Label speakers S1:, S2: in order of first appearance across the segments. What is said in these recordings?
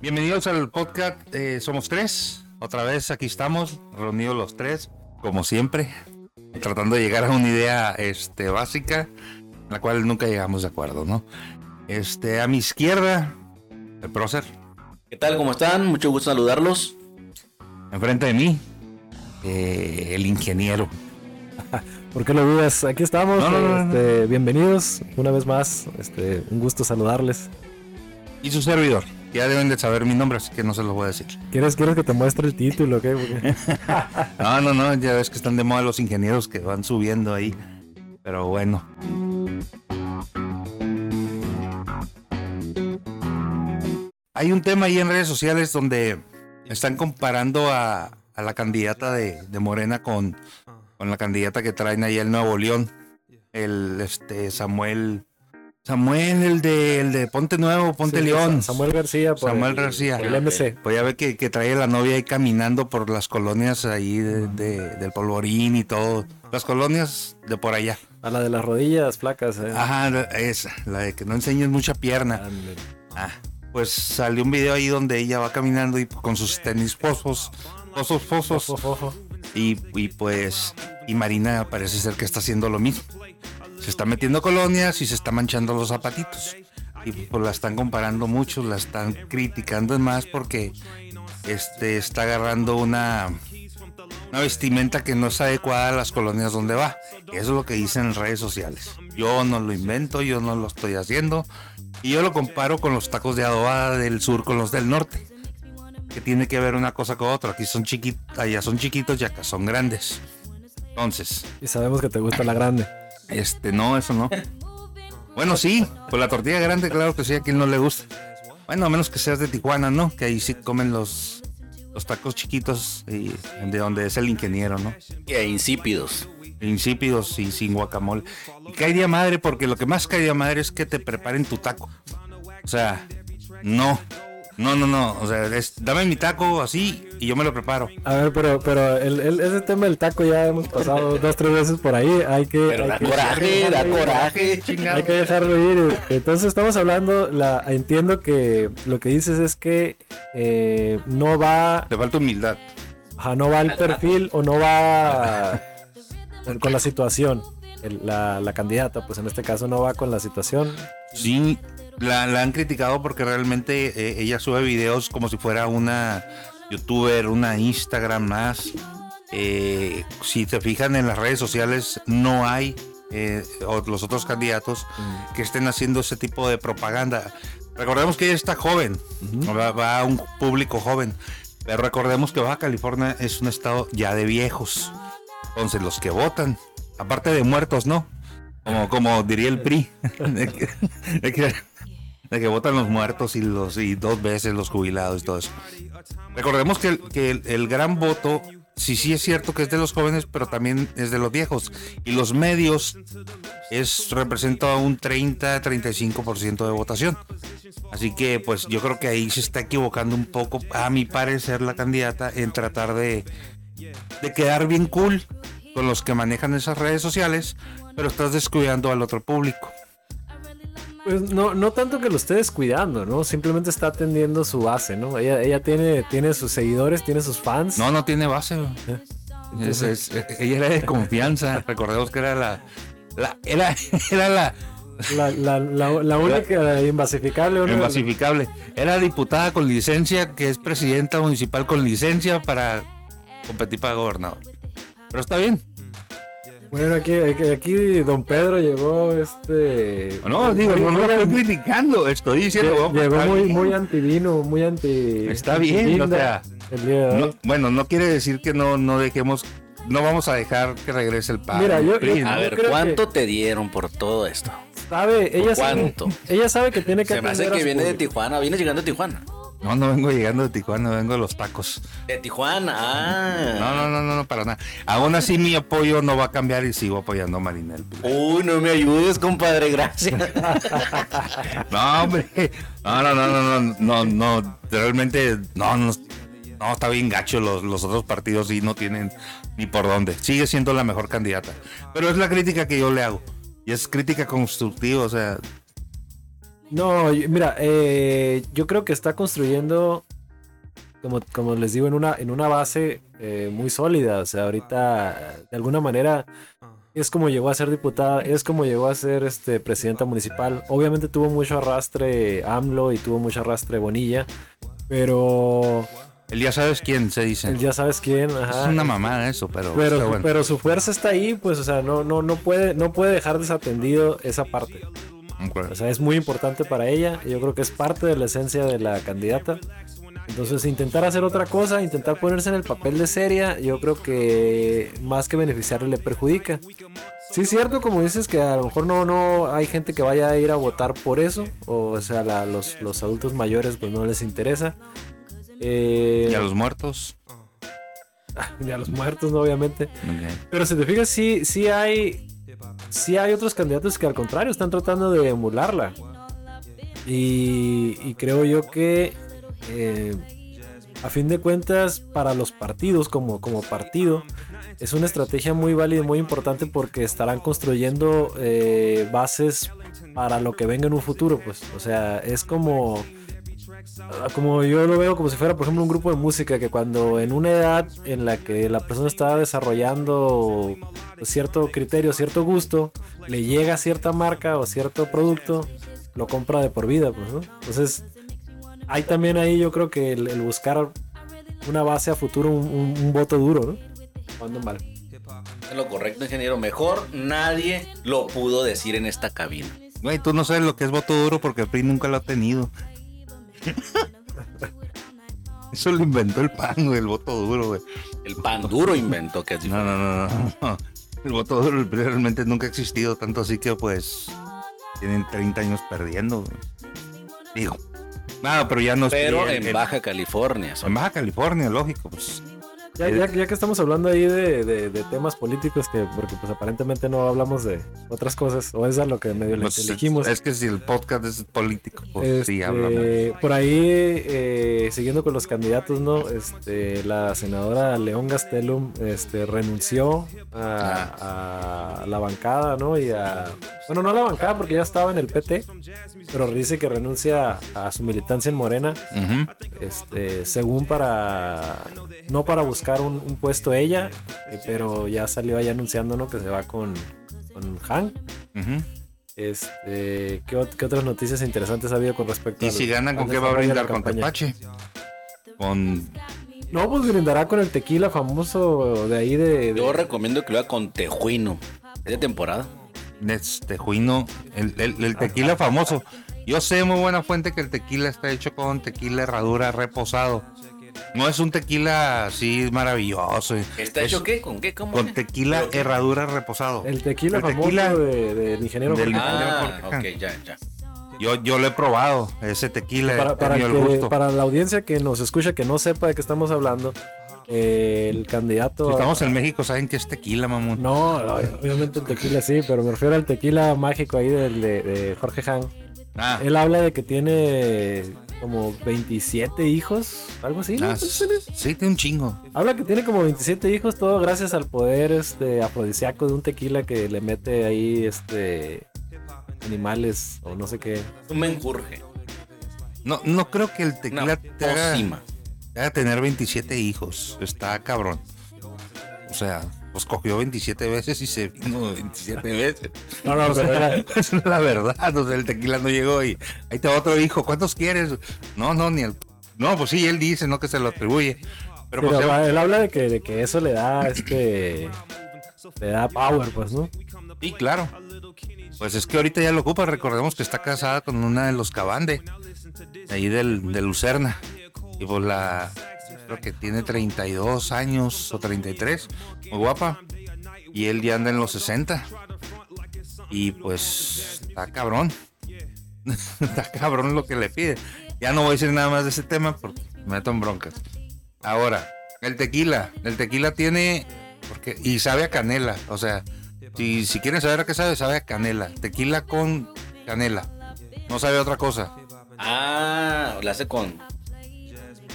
S1: Bienvenidos al podcast eh, Somos Tres. Otra vez aquí estamos, reunidos los tres, como siempre, tratando de llegar a una idea este, básica, en la cual nunca llegamos de acuerdo, ¿no? Este, a mi izquierda, el prócer.
S2: ¿Qué tal? ¿Cómo están? Mucho gusto saludarlos.
S1: Enfrente de mí, eh, el ingeniero.
S3: ¿Por qué lo dudas? Aquí estamos.
S1: No, no, no, no.
S3: este, Bienvenidos una vez más. Este, un gusto saludarles.
S1: Y su servidor. Ya deben de saber mi nombre, así que no se los voy a decir.
S3: ¿Quieres, quieres que te muestre el título? o qué?
S1: Eh,
S3: Porque-
S1: No, no, no, ya ves que están de moda los ingenieros que van subiendo ahí. Pero bueno. Hay un tema ahí en redes sociales donde están comparando a, a la candidata de, de Morena con, con la candidata que traen ahí el Nuevo León. El este Samuel. Samuel, el de, el de Ponte Nuevo, Ponte
S3: Sí,
S1: León.
S3: Sa- Samuel García. por
S1: Samuel
S3: el-
S1: García.
S3: por El MC.
S1: Pues ya ve que, que trae la novia ahí caminando por las colonias ahí de- de- del polvorín y todo. Las colonias de por allá.
S3: A la de las rodillas flacas. eh.
S1: Ajá, la- esa, la de que no enseñes mucha pierna.
S3: Ándale.
S1: Ah, pues salió un video ahí donde ella va caminando y con sus tenis pozos, pozos, pozos.
S3: Ojo, ojo.
S1: Y, y pues, y Marina parece ser que está haciendo lo mismo. Se está metiendo colonias y se está manchando los zapatitos. Y pues la están comparando mucho, la están criticando más porque este está agarrando una, una vestimenta que no es adecuada a las colonias donde va. Eso es lo que dicen en redes sociales. Yo no lo invento, yo no lo estoy haciendo. Y yo lo comparo con los tacos de adobada del sur con los del norte que tiene que ver una cosa con otra. Aquí son chiquitos, allá son chiquitos y acá son grandes. Entonces,
S3: Y sabemos que te gusta la grande.
S1: este, no, eso no. Bueno, sí, pues la tortilla grande, claro que sí, a quien no le gusta. Bueno, a menos que seas de Tijuana, ¿no? Que ahí sí comen los, los tacos chiquitos y de donde es el ingeniero, ¿no?
S2: E insípidos.
S1: Insípidos y sin guacamole. Y caería madre, porque lo que más caería madre es que te preparen tu taco. O sea, no. No, no, no. O sea, es, dame mi taco así y yo me lo preparo.
S3: A ver, pero, pero el, el- ese tema del taco ya hemos pasado dos, tres veces por ahí. Hay que.
S2: Pero
S3: hay
S2: da
S3: que-
S2: coraje, da coraje.
S3: Hay que dejarlo ir. Entonces estamos hablando, la, entiendo que lo que dices es que eh, no va
S1: Te falta humildad.
S3: Ajá, no va el perfil o no va con- con la situación. El- la, la candidata, pues en este caso no va con la situación.
S1: Sí, la, la han criticado porque realmente eh, ella sube videos como si fuera una youtuber, una Instagram más. Eh, si te fijan en las redes sociales, no hay eh, o- los otros candidatos que estén haciendo ese tipo de propaganda. Recordemos que ella está joven, va, va a un público joven, pero recordemos que Baja California es un estado ya de viejos. Entonces, los que votan, aparte de muertos, ¿no? Como, como diría el PRI, de que, de que- de que votan los muertos y, los, y dos veces los jubilados y todo eso. Recordemos que, el- que el, el gran voto, sí, sí es cierto que es de los jóvenes, pero también es de los viejos. Y los medios es representa un 30-35% de votación. Así que pues yo creo que ahí se está equivocando un poco, a mi parecer, la candidata en tratar de, de quedar bien cool con los que manejan esas redes sociales, pero estás descuidando al otro público.
S3: Pues no, no tanto que lo esté descuidando, ¿no? Simplemente está atendiendo su base, ¿no? Ella, ella tiene, tiene sus seguidores, tiene sus fans.
S1: No, no tiene base. güey. Es- es- e, ella era de confianza. Recordemos que era la... la era, era la...
S3: La, la- la- la única, la invasificable. una-
S1: Invasificable. Era diputada con licencia, que es presidenta municipal con licencia para competir para gobernador. Pero está bien.
S3: Bueno, aquí, aquí- aquí don Pedro llegó este...
S1: No, digo, no lo estoy criticando, estoy diciendo.
S3: Lle-
S1: bueno, pues,
S3: llegó
S1: está
S3: muy,
S1: bien.
S3: muy antivino, muy anti...
S1: Está bien, o sea,
S3: antivinda el día de hoy.
S1: no- bueno, no quiere decir que no, no dejemos, no vamos a dejar que regrese el padre.
S3: Mira, yo-
S1: PRI,
S3: yo-
S1: ¿no?
S2: A
S3: Yo
S2: ver,
S3: creo
S2: ¿cuánto te dieron por todo esto?
S3: Sabe, ella sabe,
S2: ¿Cuánto?
S3: ella sabe que tiene que
S2: Se me hace
S3: atender a
S2: que
S3: su
S2: viene de
S3: público.
S2: Tijuana, viene llegando a Tijuana.
S1: No, no vengo llegando de Tijuana, vengo de los tacos.
S2: De Tijuana,
S1: No,
S2: ah.
S1: no, no, no, no, para nada. Aún así mi apoyo no va a cambiar y sigo apoyando a Marinel.
S2: Uy, no me ayudes, compadre, gracias.
S1: No, hombre. No, no, no, no, no, no, no. Realmente, no, no. No, está bien gacho. Los, los otros partidos sí no tienen ni por dónde. Sigue siendo la mejor candidata. Pero es la crítica que yo le hago. Y es crítica constructiva, o sea.
S3: No, yo- mira, eh, yo creo que está construyendo, como, como les digo, en una, en una base eh, muy sólida. O sea, ahorita, de alguna manera, es como llegó a ser diputada, es como llegó a ser este, presidenta municipal. Obviamente tuvo mucho arrastre AMLO y tuvo mucho arrastre Bonilla, pero pues
S1: El ya sabes quién se dice.
S3: ya sabes quién. Ajá.
S1: Es una mamada eso, pero, está
S3: Pero,
S1: bueno.
S3: pero su fuerza está ahí, pues, o sea, no, no, no, puede, no puede dejar desatendido esa parte. O sea, es muy importante para ella. y Yo creo que es parte de la esencia de la candidata. Entonces, intentar hacer otra cosa, intentar ponerse en el papel de seria, yo creo que más que beneficiarle le perjudica. Sí, es cierto, como dices, que a lo mejor no, no hay gente que vaya a ir a votar por eso. O, sea, la- los, los adultos mayores, pues no les interesa. Eh,
S1: Y a los muertos.
S3: ni a los muertos, ¿no? obviamente.
S1: Ok.
S3: Pero si te fijas, sí, sí hay. Sí hay otros candidatos que al contrario están tratando de emularla. Y, y creo yo que eh, a fin de cuentas, para los partidos, como, como partido, es una estrategia muy válida y muy importante porque estarán construyendo eh, bases para lo que venga en un futuro, pues. O sea, es como. Ah, Como yo lo veo como si fuera, por ejemplo, un grupo de música que cuando en una edad en la que la persona está desarrollando cierto criterio, cierto gusto, le llega cierta marca o cierto producto, lo compra de por vida, pues, ¿no? Entonces, hay también ahí yo creo que el, el buscar una base a futuro, un, un- un voto duro, ¿no? Cuando mal.
S2: Es lo correcto, ingeniero. Mejor nadie lo pudo decir en esta cabina.
S1: Güey, tú no sabes lo que es voto duro porque el PRI nunca lo ha tenido. Eso lo inventó el PAN, güey, el voto duro, güey.
S2: El pan duro inventó que es
S1: No,
S2: diferente.
S1: no, no, no, no. El voto duro del PRI realmente nunca ha existido tanto así que, pues, tienen 30 años perdiendo, güey. Digo. Nada, pero ya no es
S2: Pero
S1: PRI, el-
S2: en
S1: el-
S2: Baja California. son-
S1: En Baja California, lógico, pues.
S3: Ya, ya- ya que estamos hablando ahí de, de- de temas políticos, que porque pues aparentemente no hablamos de otras cosas, o es a lo que medio le
S1: pues,
S3: dijimos.
S1: Es que si el podcast es político, pues sí
S3: Este,
S1: hablamos.
S3: Por ahí, eh, siguiendo con los candidatos, ¿no? Este, la senadora León Gastelum este, renunció
S1: Ah.
S3: a, a la bancada, ¿no? Y a. Bueno, no a la bancada porque ya estaba en el PT, pero dice que renuncia a su militancia en Morena,
S1: Ujú.
S3: este, según para. No para buscar un, un puesto ella, eh, pero ya salió ahí anunciando, ¿no? Que se va con, con Han.
S1: Ujú.
S3: Este, ¿qué, ot- qué otras noticias interesantes ha habido con respecto
S1: Y
S3: al-
S1: si ganan, ¿con
S3: al
S1: qué va a
S3: desarrollo de la
S1: brindar? Con
S3: campaña?
S1: Tepache. Con.
S3: No, pues brindará con el tequila famoso de ahí de. de-
S2: Yo recomiendo que lo haga con Tejuino. Es de temporada.
S1: Nes- Tejuino, este el, el- el tequila famoso. Yo sé muy buena fuente que el tequila está hecho con tequila herradura reposado. No es un tequila así maravilloso.
S2: ¿Está
S1: Es
S2: hecho qué? ¿Con qué? ¿Cómo?
S1: Con tequila herradura reposado.
S3: el tequila
S1: el
S3: famoso
S1: tequila
S3: de- del ingeniero.
S1: del-
S3: Jorge.
S2: Ah,
S1: Ah,
S2: ok, ya, ya.
S1: Yo, yo lo he probado, ese tequila.
S3: para, para
S1: he tenido el
S3: que-
S1: gusto.
S3: para la audiencia que nos escucha, que no sepa de qué estamos hablando, eh, el candidato.
S1: Si estamos en México, saben que es tequila, mamón.
S3: No, no, obviamente el tequila sí, pero me refiero al tequila mágico ahí del de, de Jorge Han.
S1: Ah,
S3: Él habla de que tiene como 27 hijos, algo así. ¿no?
S1: ah, sí, tiene un chingo.
S3: Habla que tiene como 27 hijos, todo gracias al poder este afrodisíaco de un tequila que le mete ahí este animales o no sé qué.
S2: Un menjurje.
S1: No, no creo que el tequila
S2: Una
S1: te haga-
S2: pócima.
S1: Ya de tener 27 hijos, está cabrón. O sea, pues cogió 27 veces y se vino 27 veces.
S3: No, no, pero era-
S1: Es la verdad, o sea, el tequila no llegó y ahí te va otro hijo, ¿cuántos quieres? No, no, ni el... No, pues sí, él dice, no que se lo atribuye. Pero,
S3: pero
S1: pues, se-
S3: él habla de que, de que eso le da este le da power, pues, ¿no?
S1: sí, claro. Pues es que ahorita ya lo ocupa, recordemos que está casada con una de los Cabande, ahí del, de Lucerna. Y pues la... Creo que tiene 32 años o 33, muy guapa. Y él ya anda en los 60. Y pues está cabrón. está cabrón lo que le pide. Ya no voy a decir nada más de ese tema porque me meto en broncas. Ahora, el tequila. El tequila tiene. Porque, y sabe a canela. O sea, si, si quieren saber a qué sabe, sabe a canela. Tequila con canela. No sabe a otra cosa.
S2: Ah, la hace con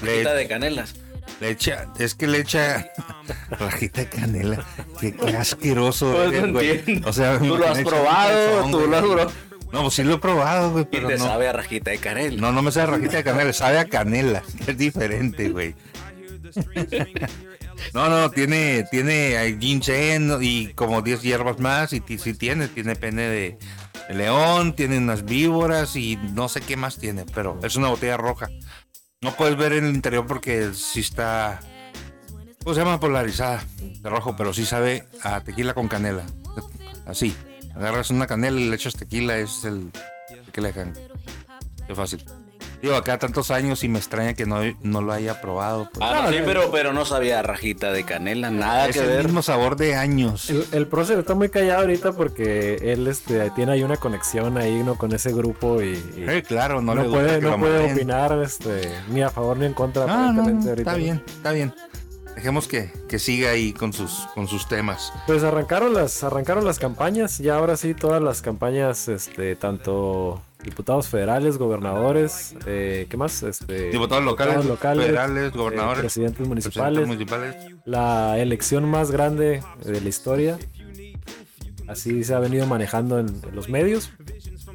S1: Le,
S2: pita de canelas.
S1: le echa, es que le echa rajita de canela. Qué, qué asqueroso.
S2: No,
S1: eres,
S2: no
S1: güey.
S2: entiendo.
S1: O sea,
S2: Tú
S1: me
S2: lo has
S1: echa un
S2: probado,
S1: calzón,
S2: tú lo has
S1: güey.
S2: probado.
S1: No, pues sí lo he probado, güey,
S2: Y
S1: pero
S2: te
S1: no.
S2: sabe a rajita de canela.
S1: No, no me sabe a rajita de canela, sabe a canela. Es diferente, güey. No, no, tiene, tiene eh, ginseng y como 10 hierbas más. Y ti- sí tiene, tiene pene de, de león, tiene unas víboras y no sé qué más tiene, pero es una botella roja. No puedes ver en el interior porque sí está, ¿cómo Pues se llama? Polarizada de rojo, pero sí sabe a tequila con canela. Así, agarras una canela y le echas tequila, es el, el que le dejan. Qué fácil. Digo, acá tantos años y me extraña que no, no lo haya probado. pues.
S2: Ah, no, sí, pero, pero no sabía a rajita de canela, nada
S1: es
S2: que
S1: el
S2: ver.
S1: mismo sabor de años.
S3: El, el prócer está muy callado ahorita porque él este, tiene ahí una conexión ahí ¿no? con ese grupo y, y
S1: Eh, claro, no,
S3: no,
S1: le gusta
S3: puede,
S1: que
S3: no
S1: lo
S3: puede
S1: madreen.
S3: opinar este, ni a favor ni en contra.
S1: No, no,
S3: aparentemente,
S1: no,
S3: ahorita,
S1: está
S3: ¿no?
S1: bien, está bien. Dejemos que, que siga ahí con sus, con sus temas.
S3: Pues arrancaron las, arrancaron las campañas y ahora sí todas las campañas, este, tanto diputados federales, gobernadores, eh, ¿qué más? Este,
S1: Diputados locales,
S3: diputados locales,
S1: federales,
S3: eh,
S1: gobernadores,
S3: presidentes municipales,
S1: presidentes municipales.
S3: la elección más grande de la historia. Así se ha venido manejando en, en los medios.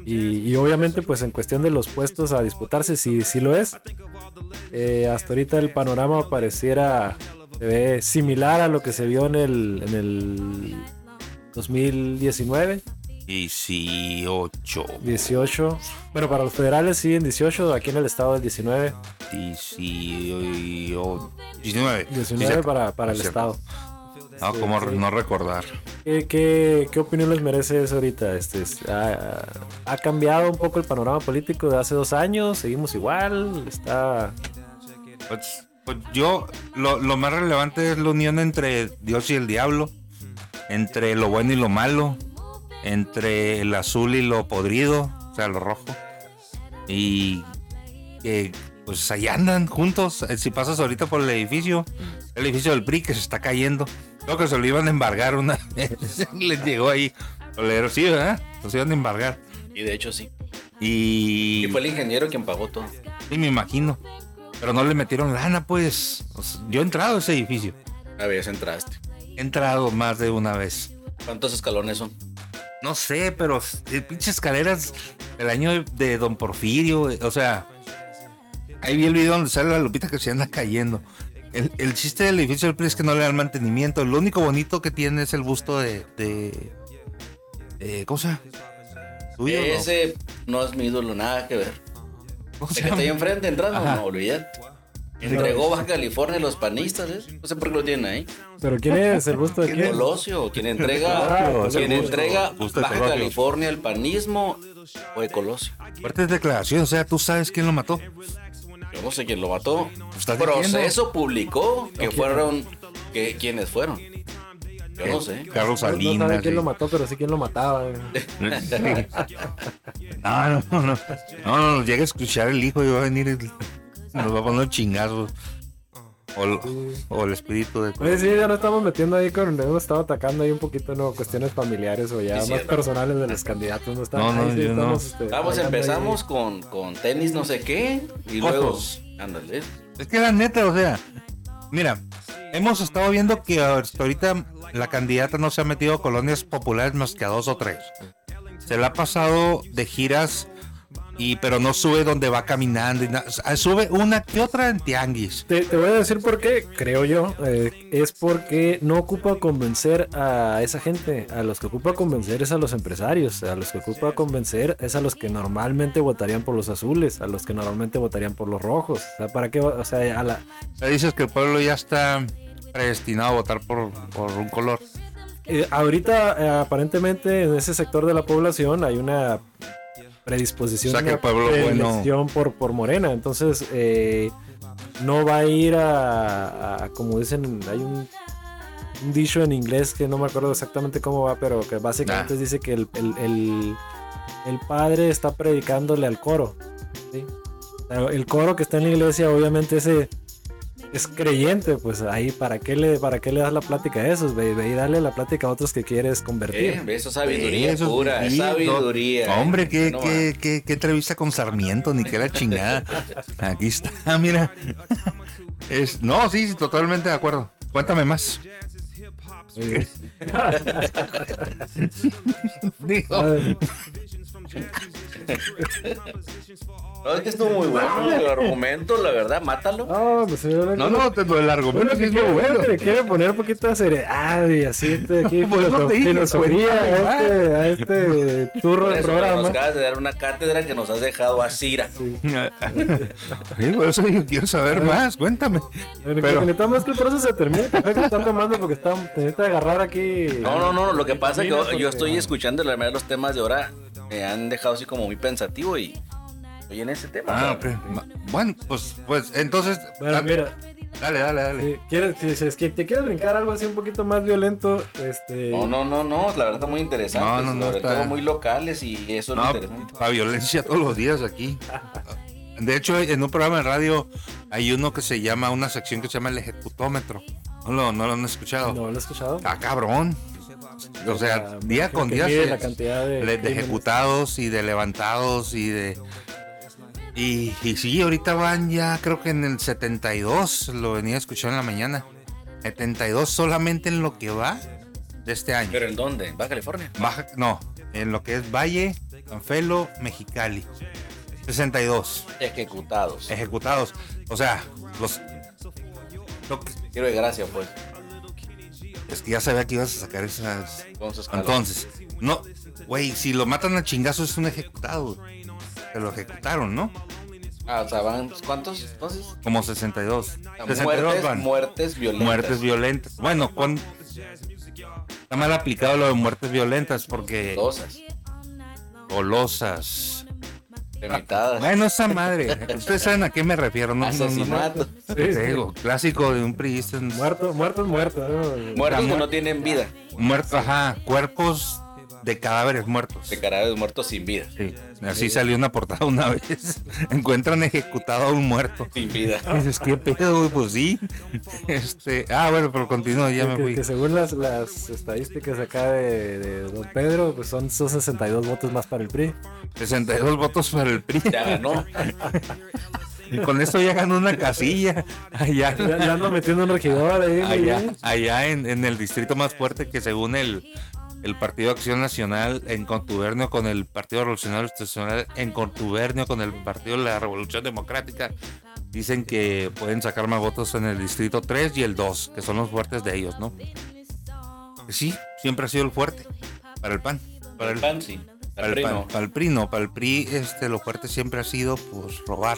S3: Y, y obviamente, pues en cuestión de los puestos a disputarse, sí, sí lo es. Eh, hasta ahorita el panorama pareciera se ve similar a lo que se vio en el, en el 2019,
S1: 18,
S3: 18. Bueno, para los federales sí en 18, aquí en el estado del 19.
S1: 18, 19.
S3: 19 para, para el
S1: Sí,
S3: estado.
S1: No,
S3: Sí,
S1: como
S3: sí.
S1: no recordar.
S3: ¿Qué, qué, qué opinión les merece eso ahorita? Este, es- ha, ha cambiado un poco el panorama político de hace dos años? ¿Seguimos igual? ¿Está
S1: Pues, pues yo, lo, lo más relevante es la unión entre Dios y el diablo, entre lo bueno y lo malo, entre el azul y lo podrido, o sea, lo rojo. Y que pues ahí andan juntos. Eh, Si pasas ahorita por el edificio, el edificio del PRI que se está cayendo. Creo que se lo iban a embargar una vez. Les llegó ahí. Pero sí, ¿verdad? Los iban a embargar.
S2: Y de hecho sí.
S1: Y,
S2: Y fue el ingeniero quien pagó todo.
S1: sí, me imagino. Pero no le metieron lana, pues. O sea, yo he entrado a ese edificio.
S2: A ver, entraste.
S1: He entrado más de una vez.
S2: ¿Cuántos escalones son?
S1: No sé, pero s- eh, pinches escaleras del año de, de Don Porfirio. eh, O sea, ahí vi el video donde sale la lupita que se anda cayendo. El, el chiste del edificio del PRI es que no le dan mantenimiento. Lo único bonito que tiene es el busto de. de, de- ¿Cómo se llama? ¿Suyo, no?
S2: Ese no es mi ídolo, nada que ver.
S1: ¿Cómo
S2: El
S1: se
S2: que está ahí
S1: llama?
S2: enfrente entrando,
S1: Ajá.
S2: no, olvídate. Entregó Baja California a los panistas, ¿eh? No sé por qué lo tienen ahí.
S3: ¿Pero quién es el gusto de quién?
S2: Colosio, quien entrega,
S3: Claro,
S2: quien
S3: ese gusto,
S2: entrega
S1: Ah, gusto de
S2: Baja
S1: Colosio.
S2: California al panismo fue Colosio.
S1: Fuertes declaraciones, o sea, tú sabes quién lo mató.
S2: Yo no sé quién lo mató.
S1: Pues, estás
S2: Proceso publicó que fueron, que quiénes fueron. Yo no sé.
S1: Carlos
S3: No- No
S1: Salinas.
S3: sabe quién
S1: y-
S3: lo mató, pero sí quién lo mataba. eh.
S1: No, Ah, no, no, no. No, no, nos llega a escuchar el hijo y va a venir. el- Nos va a poner chingazos. O, el- o el espíritu de.
S3: Oye, sí, ya no estamos metiendo ahí con. Hemos estado atacando ahí un poquito, ¿no? Cuestiones familiares o ya
S2: Sí,
S3: más
S2: cierto.
S3: personales de los candidatos. No, estamos,
S1: No, no,
S3: ahí sí
S1: yo no.
S3: estamos, este,
S2: Vamos,
S3: atacando ahí.
S2: empezamos con, con tenis, no sé qué. Y
S1: Fotos.
S2: luego. Ándale.
S1: Es que la neta, o sea. Mira, hemos estado viendo que hasta ahorita la candidata no se ha metido a colonias populares más que a dos o tres. Se la ha pasado de giras. Y, pero no sube donde va caminando. y na- ah, sube una que otra en tianguis.
S3: Te, te voy a decir por qué, creo yo. eh, es porque no ocupa convencer a esa gente. A los que ocupa convencer es a los empresarios. A los que ocupa convencer es a los que normalmente votarían por los azules. A los que normalmente votarían por los rojos. O sea, ¿para qué? va- O sea, a la,
S1: Ya dices que el pueblo ya está predestinado a votar por, por un color.
S3: Eh, ahorita, eh, aparentemente, en ese sector de la población hay una
S1: O
S3: predisposición
S1: sea, que
S3: una
S1: el pueblo bueno.
S3: predilección por, por Morena. Entonces, eh, no va a ir a, a- como dicen, hay un, un dicho en inglés que no me acuerdo exactamente cómo va, pero que básicamente
S1: Nah.
S3: dice que el, el- el- el padre está predicándole al coro. ¿sí? Pero El coro que está en la iglesia, obviamente, ese es creyente, pues ahí para qué le para qué le das la plática a esos, ve, ve y dale la plática a otros que quieres convertir.
S2: Eh, eso es sabiduría
S1: Eso es-
S2: pura, es
S1: sí, no-
S2: sabiduría. eh.
S1: Hombre, qué,
S2: No
S1: qué, qué- qué entrevista con Sarmiento, ni que la chingada. Aquí está, mira. Es, no, sí, sí, totalmente de acuerdo. Cuéntame más.
S2: pues,
S3: Sí.
S1: Digo,
S3: Ay,
S2: No, es que estuvo muy bueno el argumento, la verdad,
S1: Ah,
S2: mátalo.
S3: No, pues yo lo-
S1: No, no, te lo del
S3: Bueno,
S1: argumento sí
S3: que
S1: es muy
S3: quiere,
S1: bueno.
S3: le quiere poner un poquito de seriedad y así este, aquí
S1: Por
S2: Pues,
S1: eso te
S3: filoso-
S1: dije,
S3: filosofía a
S1: cuéntame
S3: este, a este churro
S2: Por
S3: de
S2: eso que nos
S3: programa.
S2: acabas de dar una cátedra que nos has dejado a Cira.
S1: Sí, por eso digo, quiero saber más, cuéntame. Pero-
S3: Pero, que necesitamos que el trozo se termine el café que están tomando porque están teniendo que agarrar aquí.
S2: No, no, no, lo que pasa es que yo,
S3: Porque-
S2: yo estoy escuchando la verdad los temas de ahora, me han dejado así como muy pensativo y estoy en ese tema.
S1: Ah,
S2: o sea,
S1: ok. Ma- Bueno, pues, pues entonces.
S3: Bueno,
S1: dale,
S3: mira,
S1: dale, dale, dale.
S3: si, quieres, si, si es que te quieres brincar algo así un poquito más violento, este.
S2: No, no, no, no, la verdad está muy interesante.
S1: No, no, no,
S2: sobre
S1: está-
S2: todo muy locales y eso es
S1: No,
S2: lo interesante.
S1: la violencia todos los días aquí. De hecho, en un programa de radio hay uno que se llama, una sección que se llama el ejecutómetro. No lo, no Ah, lo han escuchado.
S3: ¿No lo he escuchado.
S1: Está cabrón. O sea,
S3: Ah,
S1: día
S3: que-
S1: con
S3: que
S1: día
S3: mide
S1: se-
S3: la cantidad de,
S1: de, de
S3: crímenes.
S1: ejecutados y de levantados y de y, y sí ahorita van ya creo que en el 72 lo venía a escuchar en la mañana 72 solamente en lo que va de este año
S2: ¿Pero en dónde? ¿En Baja California?
S1: Baja- no en lo que es Valle Anfelo Mexicali 62 Eh.
S2: Ejecutados.
S1: ejecutados o sea los lo que-
S2: Quiero de gracia, pues.
S1: es que ya sabía que ibas a sacar esas
S2: Entonces, claro.
S1: entonces no güey si lo matan a chingazos es un ejecutado se lo ejecutaron no
S2: Ah, o sea, van, ¿cuántos? Entonces,
S1: Como 62. 62
S2: muertes,
S1: van.
S2: muertes violentas.
S1: Muertes violentas. Bueno, con... está mal aplicado lo de muertes violentas porque
S2: Dosas,
S1: golosas.
S2: limitadas,
S1: Bueno, esa madre. Ustedes saben a qué me refiero, ¿no? no, no, no.
S2: asesinatos.
S1: Te digo, clásico de un priista. en-
S3: Muerto, muerto es muerto. ¿no?
S2: Muertos que
S1: muer-
S2: no tienen vida.
S1: Muerto, ajá. Cuerpos de cadáveres muertos.
S2: De cadáveres muertos sin vida.
S1: Sí. Así salió una portada una vez. Encuentran ejecutado a un muerto.
S2: Sin vida.
S3: Ah.
S1: Y Dices, qué pedo, güey? pues sí. Este, ah, bueno, pero continúo, ya me
S3: que,
S1: fui.
S3: que según las, las estadísticas acá de, de Don Pedro, pues son, son 62 votos más para el PRI.
S1: 62 votos para el PRI.
S2: Ya ganó.
S1: Y con esto ya ganó una casilla. Allá,
S3: Ya, ya ando metiendo un regidor ahí. muy
S1: allá,
S3: bien.
S1: allá en, en el distrito más fuerte que según el, el Partido Acción Nacional en contubernio con el Partido Revolucionario Institucional, en contubernio con el Partido de la Revolución Democrática, dicen que pueden sacar más votos en el distrito 3 y el 2, que son los fuertes de ellos, ¿no? Pues Sí, siempre ha sido el fuerte para el PAN. Para el,
S2: Pan, sí.
S1: para el,
S2: Al
S1: PAN-
S2: primo.
S1: para el PRI no, para el PRI este, lo fuerte siempre ha sido pues robar.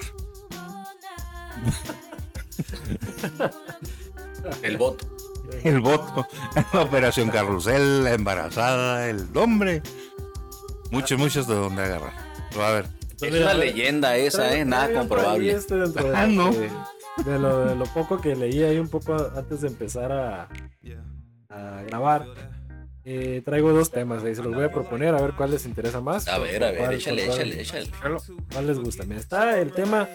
S2: El voto.
S1: El voto, la operación carrusel, la embarazada, el nombre. Muchos, muchos de dónde agarrar. Pero a ver,
S2: Es una leyenda esa, ¿eh? Nada
S3: Traigo por ahí,
S2: comprobable.
S3: este, dentro de,
S1: Ah, no.
S3: de- de lo, de lo poco que leí ahí un poco antes de empezar a, a grabar. eh, traigo dos temas ahí, se los voy a proponer a ver cuál les interesa más.
S2: A ver, a ver,
S3: cuál-
S2: échale,
S3: cuál-
S2: échale, échale.
S3: ¿Cuál les gusta? Mira, está el tema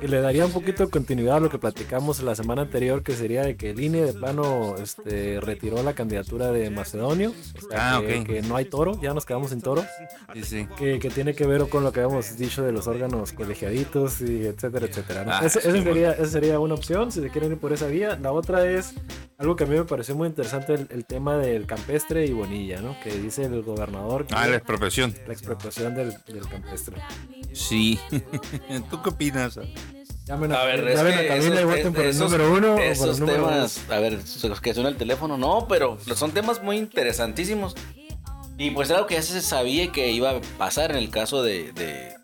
S3: que le daría un poquito de continuidad a lo que platicamos la semana anterior, que sería de que el INE de plano este, retiró la candidatura de Macedonio. o sea,
S1: Ah,
S3: que,
S1: ok.
S3: que no hay toro, ya nos quedamos sin toro.
S1: sí, sí.
S3: Que, que tiene que ver con lo que habíamos dicho de los órganos colegiaditos y etcétera, etcétera. ¿no?
S1: Ah,
S3: Ese- esa,
S1: sí,
S3: sería, esa sería una opción, si se quieren ir por esa vía. La otra es algo que a mí me pareció muy interesante, el, el tema del campestre y Bonilla, ¿no? Que dice el gobernador que
S1: Ah, la expropiación.
S3: la expropiación del, del campestre.
S1: Sí. ¿Tú qué opinas?
S3: Llamen
S2: A ver, es
S3: llamen
S2: que
S3: a Camila
S2: esos-
S3: y voten
S2: es-
S3: por el
S2: esos-
S3: número uno o por el
S2: Esos
S3: número
S2: temas, a ver, se- los que suena el teléfono, no, pero son temas muy interesantísimos. Y pues algo que ya se sabía que iba a pasar en el caso de, de-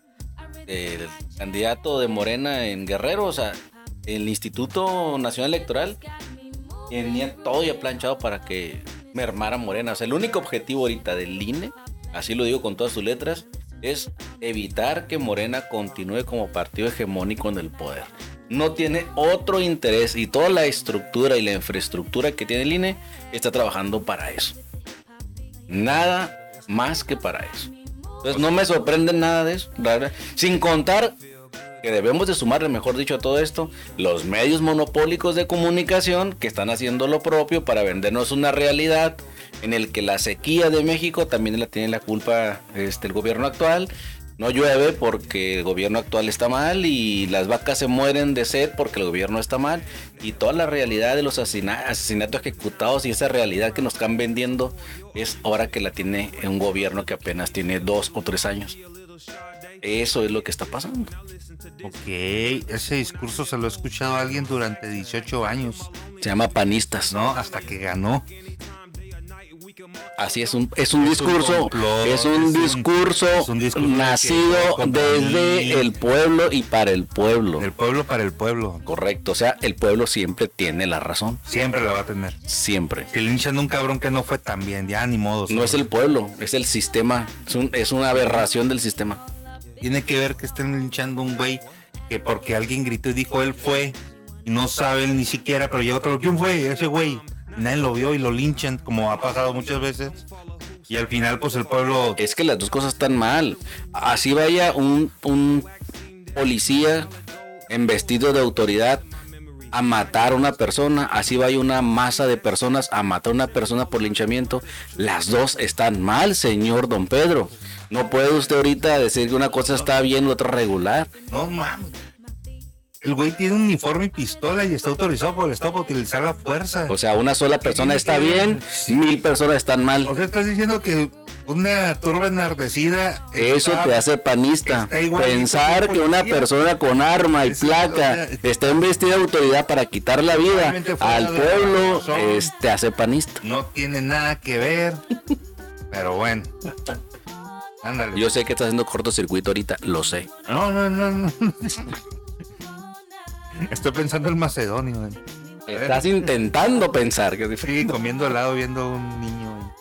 S2: del candidato de Morena en Guerrero, o sea, el Instituto Nacional Electoral tenía todo ya planchado para que mermara Morena. O sea, el único objetivo ahorita del INE, así lo digo con todas sus letras, es evitar que Morena continúe como partido hegemónico en el poder. No tiene otro interés y toda la estructura y la infraestructura que tiene el INE está trabajando para eso. Nada más que para eso. Entonces no me sorprende nada de eso, la verdad. Sin contar que debemos de sumarle, mejor dicho, a todo esto, los medios monopólicos de comunicación que están haciendo lo propio para vendernos una realidad en el que la sequía de México también la tiene la culpa este, el gobierno actual, No llueve porque el gobierno actual está mal y las vacas se mueren de sed porque el gobierno está mal y toda la realidad de los asesina- asesinatos ejecutados y esa realidad que nos están vendiendo es ahora que la tiene un gobierno que apenas tiene dos o tres años. Eso es lo que está pasando.
S1: Ok, ese discurso se lo he escuchado a alguien durante 18 años,
S2: Se llama panistas, ¿no?
S1: ¿no? Hasta que ganó.
S2: Así es un es un
S1: Es un
S2: discurso,
S1: complot,
S2: es un
S1: es un-
S2: discurso
S1: es un discurso que
S2: nacido
S1: hay compañía.
S2: desde el pueblo y para el pueblo.
S1: Del pueblo para el pueblo.
S2: Correcto, o sea, el pueblo siempre tiene la razón,
S1: Siempre la va a tener.
S2: siempre.
S1: Que linchan a un cabrón que no fue tan bien, ya ni modo.
S2: No
S1: sobre.
S2: es el pueblo, es el sistema, es, un- es una aberración del sistema.
S1: Tiene que ver que estén linchando un güey que porque alguien gritó y dijo él fue, y no sabe él ni siquiera, pero llega otro, ¿quién fue? Ese güey. Nadie lo vio y lo linchan, como ha pasado muchas veces. Y al final, pues el pueblo.
S2: Es que las dos cosas están mal. Así vaya un, un policía en vestido de autoridad a matar a una persona, así vaya una masa de personas a matar a una persona por linchamiento. Las dos están mal, señor don Pedro. No puede usted ahorita decir que una cosa está bien y otra regular.
S1: No mames. El güey tiene un uniforme y pistola y está autorizado por el Estado para utilizar la fuerza.
S2: O sea, una sola persona está bien, mil personas están mal.
S1: O sea, estás diciendo que una turba enardecida.
S2: Eso
S1: está-
S2: te hace panista.
S1: está igual
S2: Pensar
S1: que
S2: que una
S1: policía.
S2: persona con arma y
S1: Es-
S2: placa
S1: o sea,
S2: está investida de autoridad para quitar la vida
S1: Totalmente fuera
S2: al
S1: de la
S2: pueblo,
S1: razón.
S2: es- te hace panista.
S1: No tiene nada que ver. Pero bueno. Ándale.
S2: Yo sé que está haciendo cortocircuito ahorita, lo sé.
S1: No, no, no, no. Estoy pensando en Macedonio. güey.
S2: Estás intentando pensar que es diferente.
S1: Sí, comiendo helado viendo a un niño.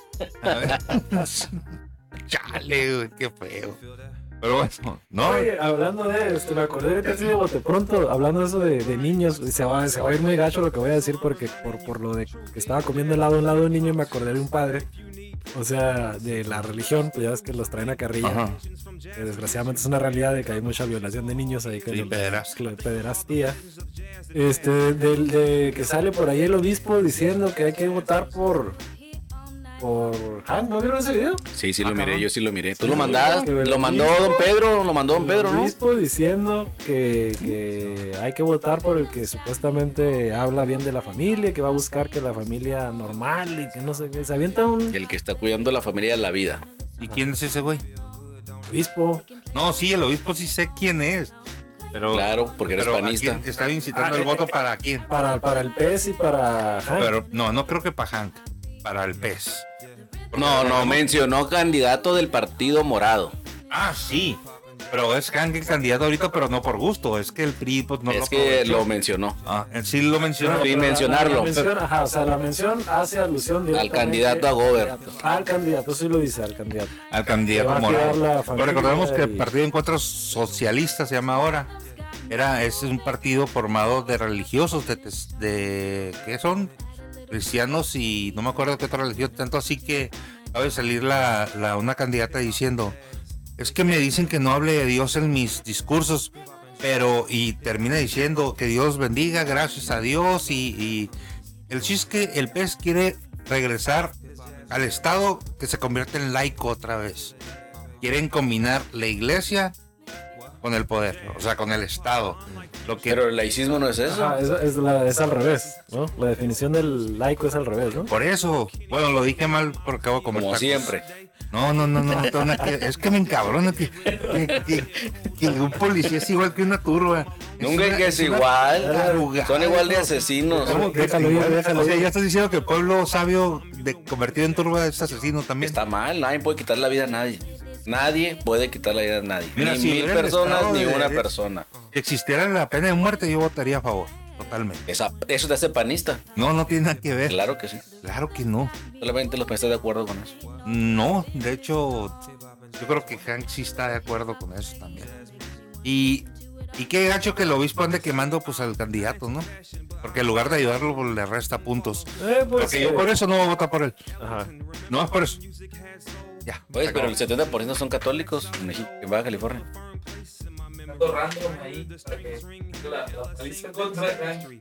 S1: güey. A ver. Chale, güey, qué feo. Pero bueno, no.
S3: Oye, hablando de este, me acordé de casi de bote pronto, hablando de eso de, de niños, se va, se va a ir muy gacho lo que voy a decir porque por, por lo de que estaba comiendo helado a un lado de un niño me acordé de un padre, o sea, de la religión, pues ya ves que los traen a carrilla,
S1: Ajá.
S3: que desgraciadamente es una realidad de que hay mucha violación de niños ahí que
S1: Sí,
S3: los-
S1: pederastia.
S3: la pederastía. Este, del de que sale por ahí el obispo diciendo que hay que votar por por Ah, ¿no vieron ese video?
S2: Sí, sí lo miré, yo sí lo miré. Tú
S3: Sí,
S2: lo mandaste,
S3: que
S2: lo mandó don Pedro, lo mandó don Pedro,
S3: El
S2: ¿no?
S3: obispo diciendo que, que hay que votar por el que supuestamente habla bien de la familia, que va a buscar que la familia normal y que no sé qué. Se avienta un
S2: El que está cuidando a la familia de la vida.
S1: ¿Y quién es ese güey?
S3: obispo.
S1: No, sí, el obispo sí sé quién es. Pero,
S2: Claro, porque eres
S1: pero ¿a
S2: panista.
S1: quién está incitando
S3: Ah,
S1: el
S3: eh,
S1: voto
S3: eh,
S1: para quién.
S3: Para, para el pez y para Hank.
S1: Pero no, no creo que para Hank, para el pez. Porque
S2: No, no,
S1: recordemos-
S2: mencionó candidato del partido morado.
S1: Ah, sí. Pero es Hank el candidato ahorita, pero no por gusto. Es que el PRI pues, no lo
S2: es que
S1: aprovechó.
S2: lo mencionó.
S1: Ah, eh, sí lo mencionó.
S2: Sí,
S3: pero la-
S2: mencionarlo.
S3: la mención, ajá, o sea, la mención hace alusión directamente
S2: candidato a gober.
S3: Al candidato, sí lo dice, al candidato.
S1: al
S3: Que va
S1: candidato
S3: a
S1: Morado.
S3: crear la
S1: Pero
S3: familia
S1: recordemos que el
S3: y-
S1: Partido de Encuentro Socialista se llama ahora. Era, es un partido formado de religiosos, de, tes- de ¿qué son? Cristianos y no me acuerdo qué otra religión, tanto así que acaba de salir la, la- una candidata diciendo, es que me dicen que no hable de Dios en mis discursos, pero y termina diciendo que Dios bendiga, gracias a Dios y, y el chiste es que el pez quiere regresar al Estado que se convierte en laico otra vez quieren combinar la iglesia con el poder, o sea, con el Estado. Lo que,
S2: Pero el laicismo no es eso.
S3: Ajá, es, es la- es al revés, ¿no? La definición del laico es al revés, ¿no?
S1: por eso, bueno, lo dije mal porque acabo de comer
S2: Como
S1: tacos.
S2: siempre.
S1: No, no, no, no, te van a que- es que me encabrona que, que, que- que un policía es igual que una turba.
S2: Nunca
S1: una-
S2: que es
S1: una
S2: igual.
S1: tarugada.
S2: Son igual de asesinos.
S1: ¿Cómo que es
S3: Déjalo ir,
S1: igual?
S3: déjalo
S1: O sea,
S3: ir.
S1: ya estás diciendo que el pueblo sabio de, convertido en turba es asesino también.
S2: Está mal. Nadie puede quitar la vida a nadie. Nadie puede quitar la vida a nadie.
S1: Mira,
S2: ni
S1: si
S2: mil
S1: hubiera el
S2: personas,
S1: Estado
S2: ni
S1: de
S2: una
S1: Derecho.
S2: persona.
S1: Si existiera la pena de muerte, yo votaría a favor, totalmente.
S2: Esa- eso te hace panista.
S1: No, no tiene nada que ver.
S2: Claro que sí.
S1: Claro que no.
S2: Solamente los países de acuerdo con eso.
S1: No, de hecho, yo creo que Hank sí está de acuerdo con eso también. Y, y qué gacho que el obispo ande quemando pues al candidato, ¿no? Porque en lugar de ayudarlo pues, le resta puntos.
S3: Eh, pues,
S1: Porque yo
S3: eh,
S1: por eso no voy a votar por él.
S3: ajá.
S1: No es por eso. Ya.
S2: Pues,
S1: se
S2: pero
S1: acabó.
S2: el 70% son católicos en, México, en Baja California.
S4: dando random ahí para que la, la paliza contra Hank.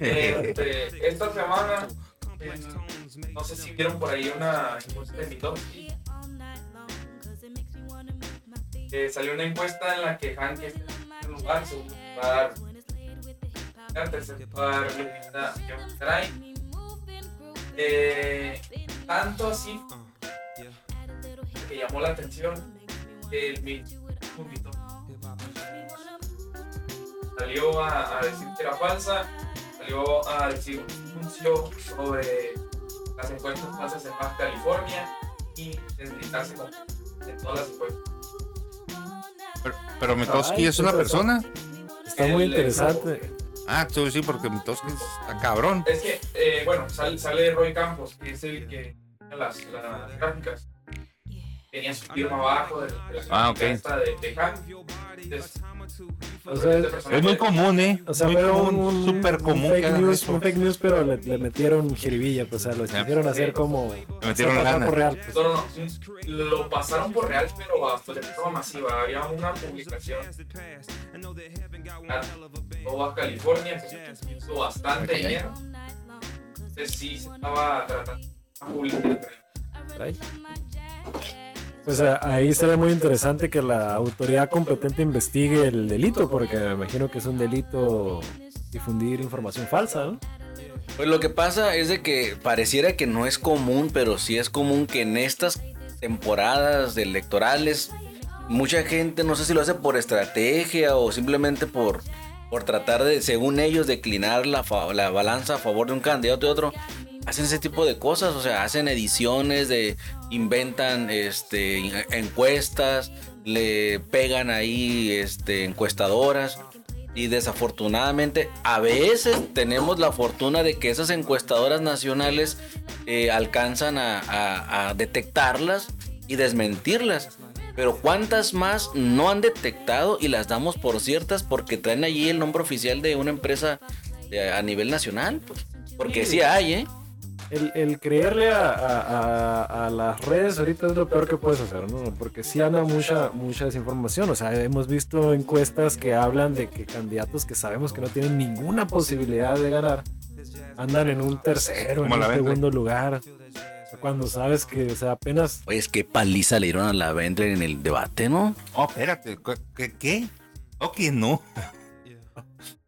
S2: eh,
S4: Este, esta semana, eh, no sé si vieron por ahí una encuesta de Mitofsky. eh, salió una encuesta en la que Hank es el primer lugar, segundo lugar, el tercer lugar, Lupita Yamutray. Eh, tanto así que llamó la atención que el Mitch Puntito salió a, a decir que era falsa, salió a decir un anuncio sobre las encuestas falsas en Baja California y deslizarse con- de todas las encuestas.
S1: Pero, pero Metoski
S3: Ay, pues,
S1: es una
S3: qué razón.
S1: persona.
S3: Está muy
S4: El- eh,
S3: interesante.
S1: Ah, tú sí, porque Metoski está cabrón.
S4: Es que, eh, bueno, sal- sale Roy Campos, que es el que tenía las, las gráficas. Tenía su firma abajo de, de la
S1: Ah,
S4: gráfica
S1: ok.
S4: esta de, de Hank. Entonces,
S3: O sea,
S4: este personaje-
S1: Es muy común, ¿eh?
S3: O sea,
S1: muy
S3: fue
S1: común,
S3: un, un-
S1: súper común
S3: un
S1: que
S3: fake,
S1: hagan
S3: news,
S1: eso.
S3: un fake news, pero le, le metieron jiribilla, pues, o sea, lo
S1: Ya.
S3: hicieron hacer como.
S1: Le metieron
S3: zapato
S1: lana.
S3: real, pues.
S4: No, no, no. Lo pasaron por real, pero a- pues, de forma masiva. Había una publicación. en Nova California, que se hizo bastante
S2: Ok.
S4: dinero. Entonces sí se estaba tratando a publicar.
S3: Ay. Pues a- ahí será muy interesante que la autoridad competente investigue el delito, porque me imagino que es un delito difundir información falsa, ¿no?
S2: Pues lo que pasa es de que pareciera que no es común, pero sí es común que en estas temporadas de electorales mucha gente, no sé si lo hace por estrategia o simplemente por, por tratar de, según ellos, declinar la, fa- la balanza a favor de un candidato y otro, hacen ese tipo de cosas, o sea, hacen ediciones, de, inventan este, en- encuestas, le pegan ahí este, encuestadoras. Y desafortunadamente, a veces tenemos la fortuna de que esas encuestadoras nacionales eh, alcanzan a, a- a detectarlas y desmentirlas. Pero cuántas más no han detectado y las damos por ciertas porque traen allí el nombre oficial de una empresa de- a nivel nacional. pues? Porque sí hay, ¿eh?
S3: El, el creerle a, a- a- a las redes ahorita es lo peor que puedes hacer, ¿no? Porque sí anda mucha, mucha desinformación. O sea, hemos visto encuestas que hablan de que candidatos que sabemos que no tienen ninguna posibilidad de ganar andan en un tercero, en
S1: Como
S3: un
S1: la Bentley.
S3: segundo lugar. O sea, Cuando sabes que, o sea, apenas
S2: Oye, es que paliza le dieron a la Bentley en el debate, ¿no?
S1: Oh, espérate, ¿cu- ¿qué? ¿Qué? ¿O que no?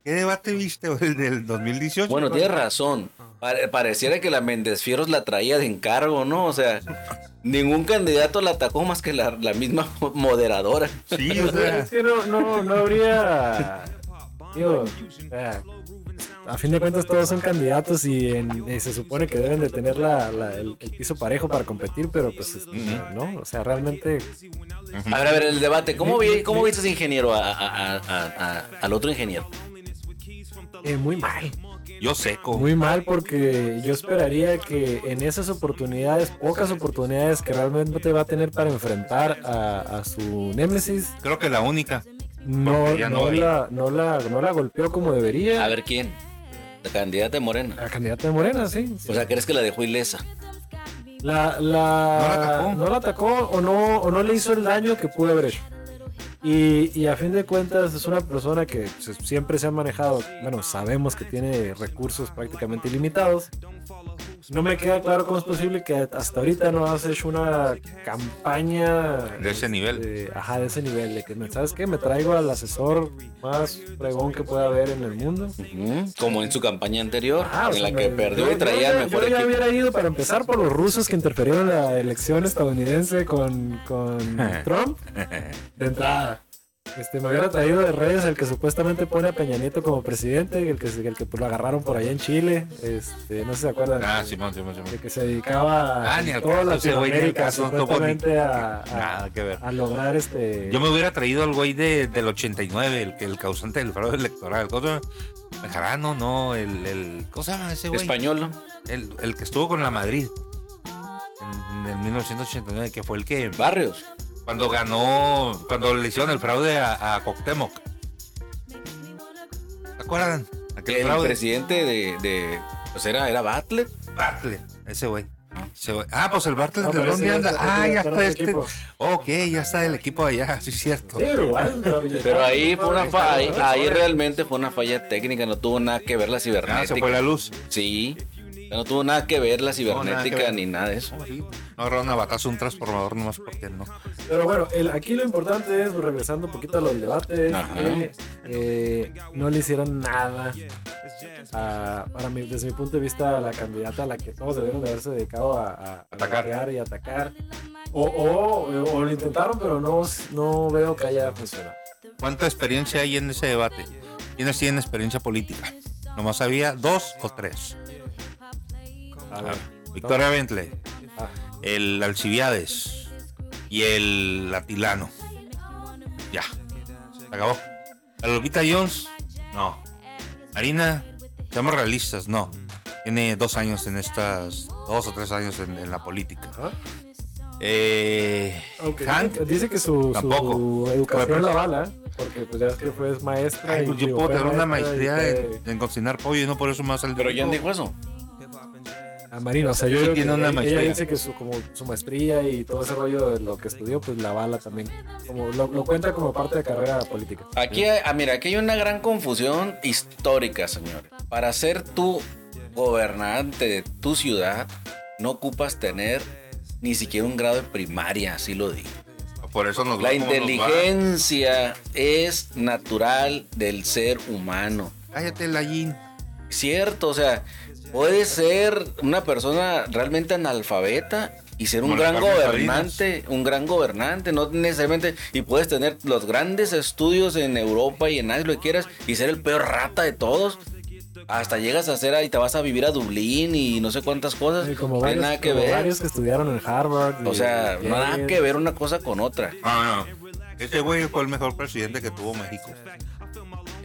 S1: ¿Qué debate viste güey, el del 2018?
S2: Bueno, tienes razón.
S3: Ah.
S2: Pare- pareciera que la Méndez Fieros la traía de encargo, ¿no? O sea, ningún candidato la atacó más que la, la misma moderadora.
S1: Sí, o sea,
S3: Es que no, no, no habría. Digo, o sea, a fin de cuentas todos son candidatos y en- eh, se supone que deben de tener la, la- el, el piso parejo para competir, pero pues este,
S1: Ujú.
S3: no, o sea, realmente
S2: A ver, a ver, el debate. ¿Cómo, vi, cómo viste ese ingeniero a- a- a- a- a- al otro ingeniero?
S3: eh, muy mal.
S1: yo seco.
S3: Muy mal porque yo esperaría que en esas oportunidades, pocas oportunidades que realmente va a tener para enfrentar a, a su némesis,
S1: Creo que la única.
S3: no,
S1: ya no
S3: no,
S1: hay.
S3: la, no, la, no la golpeó como debería.
S2: A ver, ¿quién? La candidata de Morena.
S3: La candidata de Morena, sí.
S2: O sea, ¿crees que la dejó ilesa?
S3: La, la-
S1: No la atacó.
S3: no la atacó o no, o no le hizo el daño que pudo haber hecho. Y, y a fin de cuentas es una persona que se- siempre se ha manejado, bueno, sabemos que tiene recursos prácticamente ilimitados. No me queda claro cómo es posible que hasta ahorita no has hecho una campaña
S1: De ese nivel.
S3: este, ajá, de ese nivel. De que, me- ¿Sabes qué? Me traigo al asesor más fregón que pueda haber en el mundo.
S2: Ujú, Como en su campaña anterior,
S3: Ah, o
S2: en
S3: sea,
S2: la que
S3: me-
S2: perdió
S3: yo-
S2: y traía
S3: yo,
S2: el mejor
S3: yo ya
S2: equipo.
S3: hubiera ido para empezar por los rusos que interferieron en la elección estadounidense con, con Trump. De entrada. Este, me hubiera traído de redes el que supuestamente pone a Peña Nieto como presidente, el que, se- el que pues, lo agarraron por allá en Chile. Este, no sé si se acuerdan.
S1: Ah, Simón, Simón, Simón.
S3: de que se dedicaba a
S1: Ah, ni al
S3: toda
S1: caso, ese güey, ni al
S3: Latinoamérica
S1: caso, no,
S3: supuestamente a, a-
S1: Nada que ver.
S3: a lograr este.
S1: Yo me hubiera traído al güey de, del 89, el, que- el causante del fraude electoral. ¿Cómo se llama? Mejarano, no, el, el. ¿Cómo se llama ese güey?
S2: Español.
S1: El, el que estuvo con la Madrid. En, en el 1989, que fue el que.
S2: Barrios.
S1: Cuando ganó. Cuando le hicieron el fraude a, a Coctemoc. ¿Se acuerdan? Aquel
S2: El
S1: fraude.
S2: presidente de, de- Pues era, era Butler.
S1: Bartlett, ese güey. Ese güey. Ah, pues el Bartlett
S3: No,
S1: de
S3: pero
S1: dónde
S3: ese
S1: anda.
S3: ya está-
S1: Ah, ya
S3: ya está en
S1: está
S3: otro
S1: este.
S3: equipo.
S1: Ok, ya está del equipo de allá, sí es cierto.
S3: Sí, pero bueno,
S2: Pero ahí fue una falla, ahí, ahí realmente fue una falla técnica, no tuvo nada que ver la
S1: Ah, se
S2: cibernética.
S1: fue la luz.
S2: Sí, No tuvo nada que ver la
S1: nada que
S2: cibernética
S1: ver.
S2: ni nada de eso.
S1: Sí, No agarraron a batazo un transformador nomás porque no.
S3: Pero bueno, el- aquí lo importante es, regresando un poquito a los debates,
S2: Ajá.
S3: que, eh, no le hicieron nada, a- para mi- desde mi punto de vista, a la candidata a la que todos debieron de haberse dedicado a, a- a
S1: Atacar.
S3: bloquear y atacar. O, o- o lo intentaron, pero no, no veo que haya funcionado.
S1: ¿Cuánta experiencia hay en ese debate? ¿Quiénes tienen experiencia política? Nomás había dos o tres.
S3: A ver,
S1: Victoria Bentley,
S3: Ah.
S1: el Alcibiades y el Latilano. Ya, se acabó. La Lupita Jones, no. Marina, seamos realistas, no. Tiene dos años en estas, dos o tres años en, en la política.
S3: Ajá.
S1: Eh,
S3: aunque
S1: Hank,
S3: dice, dice que su, su
S1: tampoco.
S3: educación
S1: Pero-
S3: la bala, porque pues ya es que fue maestra.
S1: ay,
S3: y
S1: pues yo
S3: digo,
S1: puedo
S3: fue
S1: tener una
S3: maestra y
S1: maestría
S3: fue-
S1: en, en cocinar pollo y no por eso me va a salir
S2: Pero ¿quién
S1: rico.
S2: dijo eso?
S3: A Marino, o sea, yo
S1: Sí
S3: creo
S1: tiene
S3: que
S1: una
S3: ella-
S1: maestría.
S3: Ella dice que su, como, su maestría y todo ese rollo de lo que estudió, pues la bala también. Como, lo, lo cuenta como parte de carrera política.
S2: Aquí, hay- ah, mira, aquí hay una gran confusión histórica, señores. Para ser tú gobernante de tu ciudad, no ocupas tener ni siquiera un grado de primaria, así lo digo.
S1: Por eso nos va
S2: La
S1: como Pues, nos va.
S2: inteligencia es natural del ser humano.
S1: Cállate, Layin.
S2: Cierto, o sea, puede ser una persona realmente analfabeta y ser un
S1: Como la
S2: gran
S1: Carmen
S2: gobernante, un gran gobernante, no necesariamente, y puedes tener los grandes estudios en Europa y en Asia, lo que quieras, y ser el peor rata de todos. Hasta llegas a ser ahí, te vas a vivir a Dublín y no sé cuántas cosas.
S3: Y
S2: no
S3: como
S2: hay
S3: varios,
S2: nada que
S3: como
S2: ver.
S3: varios que estudiaron en Harvard. y-
S2: O sea,
S3: y
S2: no nada
S3: Yale.
S2: que ver una cosa con otra.
S1: Ah, no. Ese güey fue el mejor presidente que tuvo México.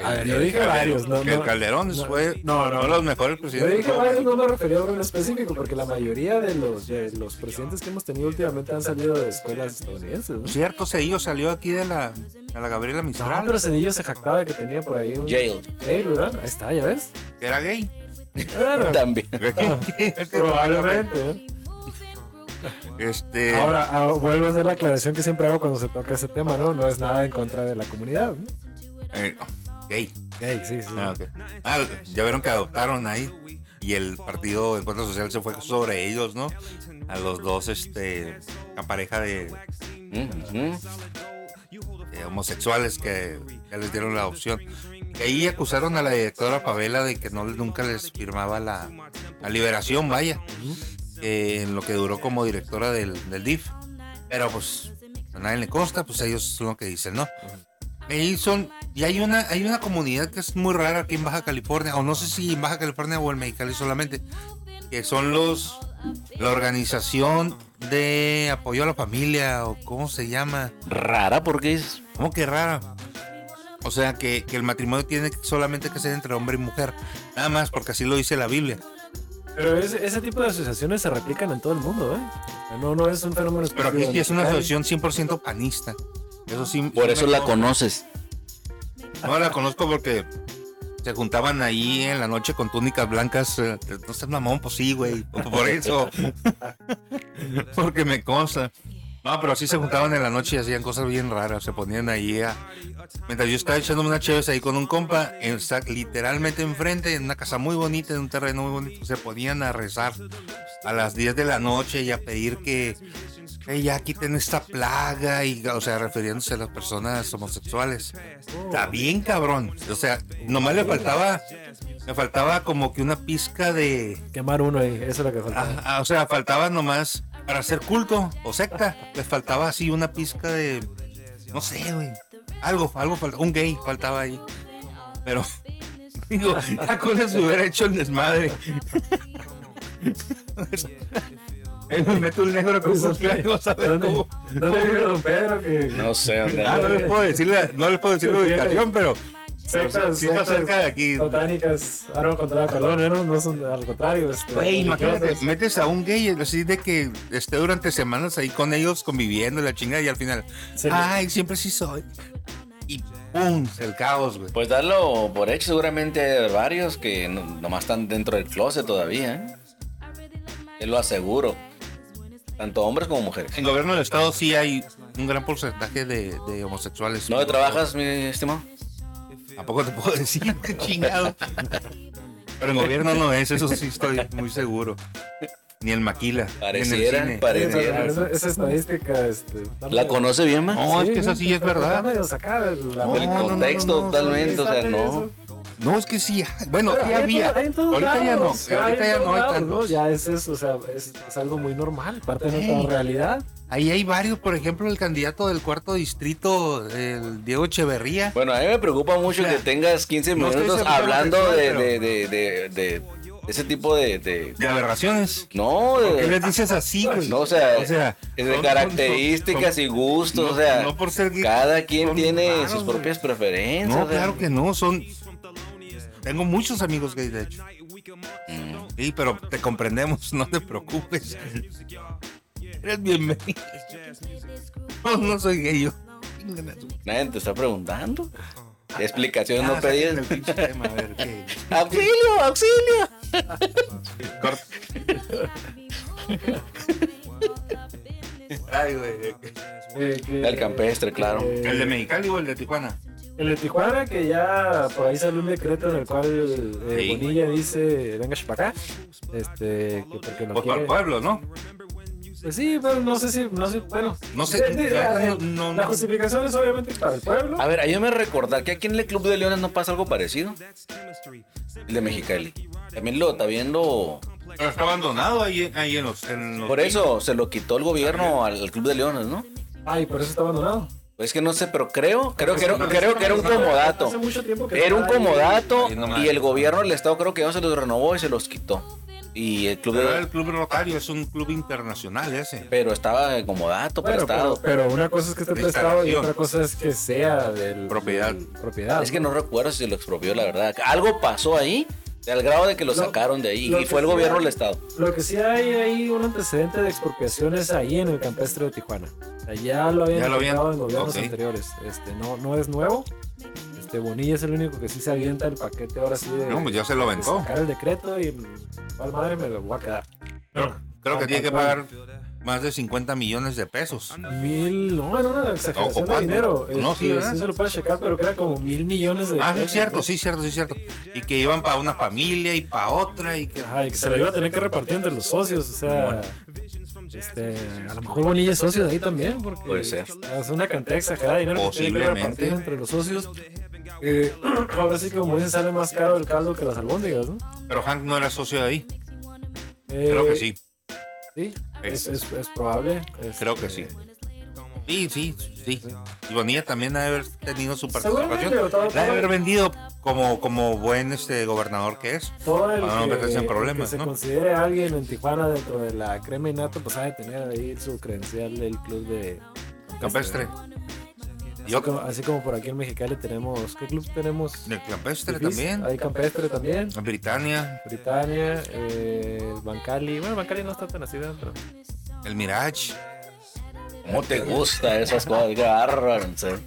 S3: A ver, yo
S1: El
S3: dije
S1: Calderón,
S3: varios, no,
S1: que
S3: no.
S1: el Calderón
S3: No,
S1: fue
S3: no, no.
S1: uno de los mejores
S3: Yo
S1: presidentes. que
S3: dije
S1: tuvo
S3: varios,
S1: México.
S3: no me refería a uno en específico, porque la mayoría de los, de los presidentes que hemos tenido últimamente han salido de escuelas estadounidenses. ¿no?
S1: Cierto, Seillo salió aquí de la, de la Gabriela
S3: No,
S1: Mistral,
S3: Ah, pero Cedillo se jactaba de que tenía por ahí un.
S2: Yale
S3: Yale, ¿verdad? Ahí está, ya ves.
S1: que era gay.
S3: Claro,
S2: también.
S3: probablemente. ¿eh?
S1: Este,
S3: Ahora, ah, vuelvo a hacer la aclaración que siempre hago cuando se toca ese tema, ¿no? No es nada en contra de la comunidad. ¿no?
S1: eh, gay.
S3: Ey, sí, sí.
S1: Ah, ok. Ah, ya vieron que adoptaron ahí y el partido Encuentro Social se fue sobre ellos, ¿no? A los dos, este, la pareja de,
S2: Ujú.
S1: eh, homosexuales que ya les dieron la opción. Que ahí acusaron a la directora Pavela de que no nunca les firmaba la, la liberación, vaya, eh, en lo que duró como directora del, del DIF. Pero pues a nadie le consta, pues ellos son lo que dicen, ¿no? Ahí son, y hay una, hay una comunidad que es muy rara aquí en Baja California, o no sé si en Baja California o en Mexicali solamente, que son los la organización de apoyo a la familia o cómo se llama.
S2: Rara porque es...
S1: ¿Cómo que rara? O sea, que, que el matrimonio tiene solamente que ser entre hombre y mujer. Nada más, porque así lo dice la Biblia.
S3: Pero ese, ese tipo de asociaciones se replican en todo el mundo, ¿eh? O sea, No, no es un fenómeno
S1: Pero aquí sí es una
S3: Ay,
S1: asociación 100% panista. Eso sí.
S2: Por
S1: sí
S2: eso
S1: me
S2: la
S1: consta.
S2: conoces.
S1: No la conozco porque se juntaban ahí en la noche con túnicas blancas. eh, No seas mamón, pues sí, güey. Por eso. porque me consta. No, pero sí se juntaban en la noche y hacían cosas bien raras. Se ponían ahí a... Mientras yo estaba echándome una chévere ahí con un compa, en- sa- literalmente enfrente, en una casa muy bonita, en un terreno muy bonito, se ponían a rezar a las 10 de la noche y a pedir que, que ya quiten esta plaga, y, o sea, refiriéndose a las personas homosexuales. Está bien, cabrón. O sea, nomás le faltaba, me faltaba como que una pizca de,
S3: Quemar uno ahí, eso es lo que falta.
S1: Ajá, o sea, faltaba nomás para hacer culto o secta. Les faltaba así una pizca de. No sé, güey. Algo, algo faltaba. Un gay faltaba ahí. Pero. Digo, ya con eso hubiera hecho el desmadre. Ahí Me meto un negro con sus flacos, a ver
S3: ¿Dónde,
S1: cómo.
S3: dónde vive don Pedro? Que
S2: No sé, dónde
S1: Ah, no les puedo decir la, no les puedo decir la ubicación, pero. pero
S3: sectas,
S1: sí está
S3: sectas
S1: cerca de aquí.
S3: Botánicas, ah, no, contra, perdón, ¿eh? no, no son al contrario. este,
S1: Güey, imagínate,
S3: religiosas.
S1: metes a un gay así de que esté durante semanas ahí con ellos conviviendo y la chingada y al final,
S3: Sí.
S1: ay, siempre sí soy. Y pum, el caos, güey.
S2: Pues darlo por hecho, seguramente hay varios que no- nomás están dentro del closet todavía. ¿eh? Te lo aseguro. Tanto hombres como mujeres.
S1: En gobierno del estado sí hay un gran porcentaje de, de homosexuales.
S2: ¿No trabajas, mi estimado?
S1: Tampoco te puedo decir, qué chingado. Pero en gobierno no es, eso sí estoy muy seguro. Ni el maquila. ni en el
S2: Pareciera,
S1: cine.
S2: pareciera.
S3: Esa, esa estadística, este, está
S2: ¿La
S3: medio-
S2: conoce bien, ma?
S1: No, es que esa sí es
S3: pero está
S1: verdad.
S3: medio sacada de la-
S1: No,
S2: El
S1: no, no,
S2: contexto
S1: no, no,
S2: totalmente, o sea,
S3: Sale eso.
S2: no.
S1: No, es que sí. Bueno,
S3: Pero
S1: sí
S3: hay en
S1: había.
S3: todo- hay en todos
S1: Ahorita ya no.
S3: lados, hay
S1: Ahorita
S3: en
S1: ya
S3: todos
S1: no hay
S3: lados,
S1: tantos.
S3: Ya es eso, o sea, es, es algo muy normal, parte de
S1: Sí.
S3: nuestra realidad.
S1: Ahí hay varios, por ejemplo, el candidato del cuarto distrito, el Diego Echeverría.
S2: Bueno, a mí me preocupa mucho
S1: Mira,
S2: que tengas 15
S1: no estoy
S2: minutos
S1: seguro
S2: hablando
S1: de
S2: de,
S1: la
S2: de, de, de, de ese tipo de... de-
S1: De aberraciones.
S2: no,
S1: ¿Por qué
S2: de,
S1: les dices así, güey?
S2: no, o sea,
S1: O sea,
S2: es
S1: son-
S2: de
S1: son-
S2: características y gustos, o
S1: no,
S2: sea,
S1: no por ser gay.
S2: cada quien
S1: son
S2: tiene
S1: raros,
S2: sus
S1: güey.
S2: propias preferencias.
S1: No,
S2: o sea,
S1: claro que no, son... Tengo muchos amigos gays, de hecho.
S2: mm,
S1: Sí, pero te comprendemos, no te preocupes. Eres bienvenido. No, no soy gay yo.
S2: Nadie te está preguntando. Explicación
S1: Ah,
S2: no
S1: sáquenme
S2: pedías.
S1: el pinche tema, a ver, ¿qué?
S2: ¡Auxilio, auxilio!
S1: Corta. Ay, güey.
S3: Eh, que-
S2: El campestre, claro.
S3: eh,
S1: ¿El de Mexicali o el de Tijuana?
S3: El de Tijuana, que ya por ahí salió un decreto en el cual eh,
S1: Sí.
S3: Bonilla dice, venga para acá. Este, que porque
S1: Pues
S3: no
S1: para
S3: quiere.
S1: el pueblo, ¿no?
S3: Pues sí, pero no sé si, no sé, bueno.
S1: No sé,
S3: De- de-
S1: ya,
S3: la-
S1: no, no,
S3: la
S1: no.
S3: justificación es obviamente para el pueblo.
S2: A ver, ayúdame a recordar que aquí en el Club de Leones no pasa algo parecido. El de Mexicali. También lo, también lo.
S1: Pero está abandonado ahí, ahí en los... en los-
S2: Por eso se lo quitó el gobierno al, al Club de Leones, ¿no?
S3: Ay, por eso está abandonado.
S2: Pues es que no sé, pero creo, creo que era, creo que era un comodato.
S3: Hace mucho tiempo que
S2: Era un
S3: está ahí.
S2: comodato
S1: Ahí nomás.
S2: y el gobierno del estado creo que no se los renovó y se los quitó. Y el club de
S1: Pero el Club Rotario es un club internacional ese.
S2: pero estaba el comodato,
S3: Bueno,
S2: prestado.
S3: pero, pero una cosa es que esté prestado y
S1: Instalación.
S3: otra cosa es que sea del
S1: Propiedad.
S3: del- propiedad.
S2: Es que no recuerdo si se lo expropió, la verdad. Algo pasó ahí, al grado de que lo
S3: Lo-
S2: sacaron de ahí.
S3: lo
S2: Y
S3: que
S2: fue el
S3: sí
S2: gobierno
S3: hay-
S2: del estado.
S3: Lo que sí hay ahí un antecedente de expropiaciones ahí en el campestre de Tijuana. O sea, ya lo habían
S1: Ya lo habían-
S3: aplicado en gobiernos
S1: ok.
S3: anteriores. Este, no, no es nuevo. Este Bonilla es el único que sí se avienta el paquete ahora sí de,
S1: No, pues ya se lo
S3: de
S1: aventó.
S3: sacar el decreto y al madre me lo voy a quedar. ah,
S1: Creo que tiene que pagar más de 50 millones de pesos.
S3: Mil, no, era una exageración de
S1: cuánto.
S3: dinero.
S1: No, sí,
S3: Este,
S1: ¿verdad?
S3: sí se lo puede checar, pero que era como mil millones de
S1: Ah, sí,
S3: pesos.
S1: es cierto, sí, cierto, sí, cierto. Y que iban para una familia y para otra y que...
S3: Ajá, y que se lo iba a tener que repartir entre los socios, o sea, este, a lo mejor Bonilla es socio de ahí también, porque
S2: Puede ser.
S3: es una cantidad exagerada de dinero que tiene que
S1: Posiblemente.
S3: repartir entre los socios. Eh, ahora sí que como dicen, sale más caro el caldo que las albóndigas, ¿no?
S1: Pero Hank no era socio de ahí.
S3: Eh,
S1: Creo que sí,
S3: Sí, es,
S1: Es-
S3: es- es probable. este,
S1: creo que sí. Sí, sí, sí. Y Bonilla también ha de haber tenido su
S3: Seguramente,
S1: participación.
S3: pero todo,
S1: La ha de haber
S3: todo-
S1: vendido como, como buen este gobernador que es.
S3: todo el
S1: Ah, no,
S3: que,
S1: meterse en
S3: el
S1: problemas,
S3: que se
S1: ¿no?
S3: considere alguien en Tijuana dentro de la crema y nato, pues ha de tener ahí su credencial del club de...
S1: Campestre.
S3: Así
S1: Yo,
S3: como, así como por aquí en Mexicali tenemos... ¿Qué club tenemos?
S1: del Campestre
S3: Difícil.
S1: también.
S3: Hay campestre también.
S1: Britannia,
S3: Britannia, eh, Bancali. Bueno, Bancali no está tan así dentro.
S1: el Mirage.
S2: ¿Cómo te gusta esas cosas? Qué bárbaro, en serio.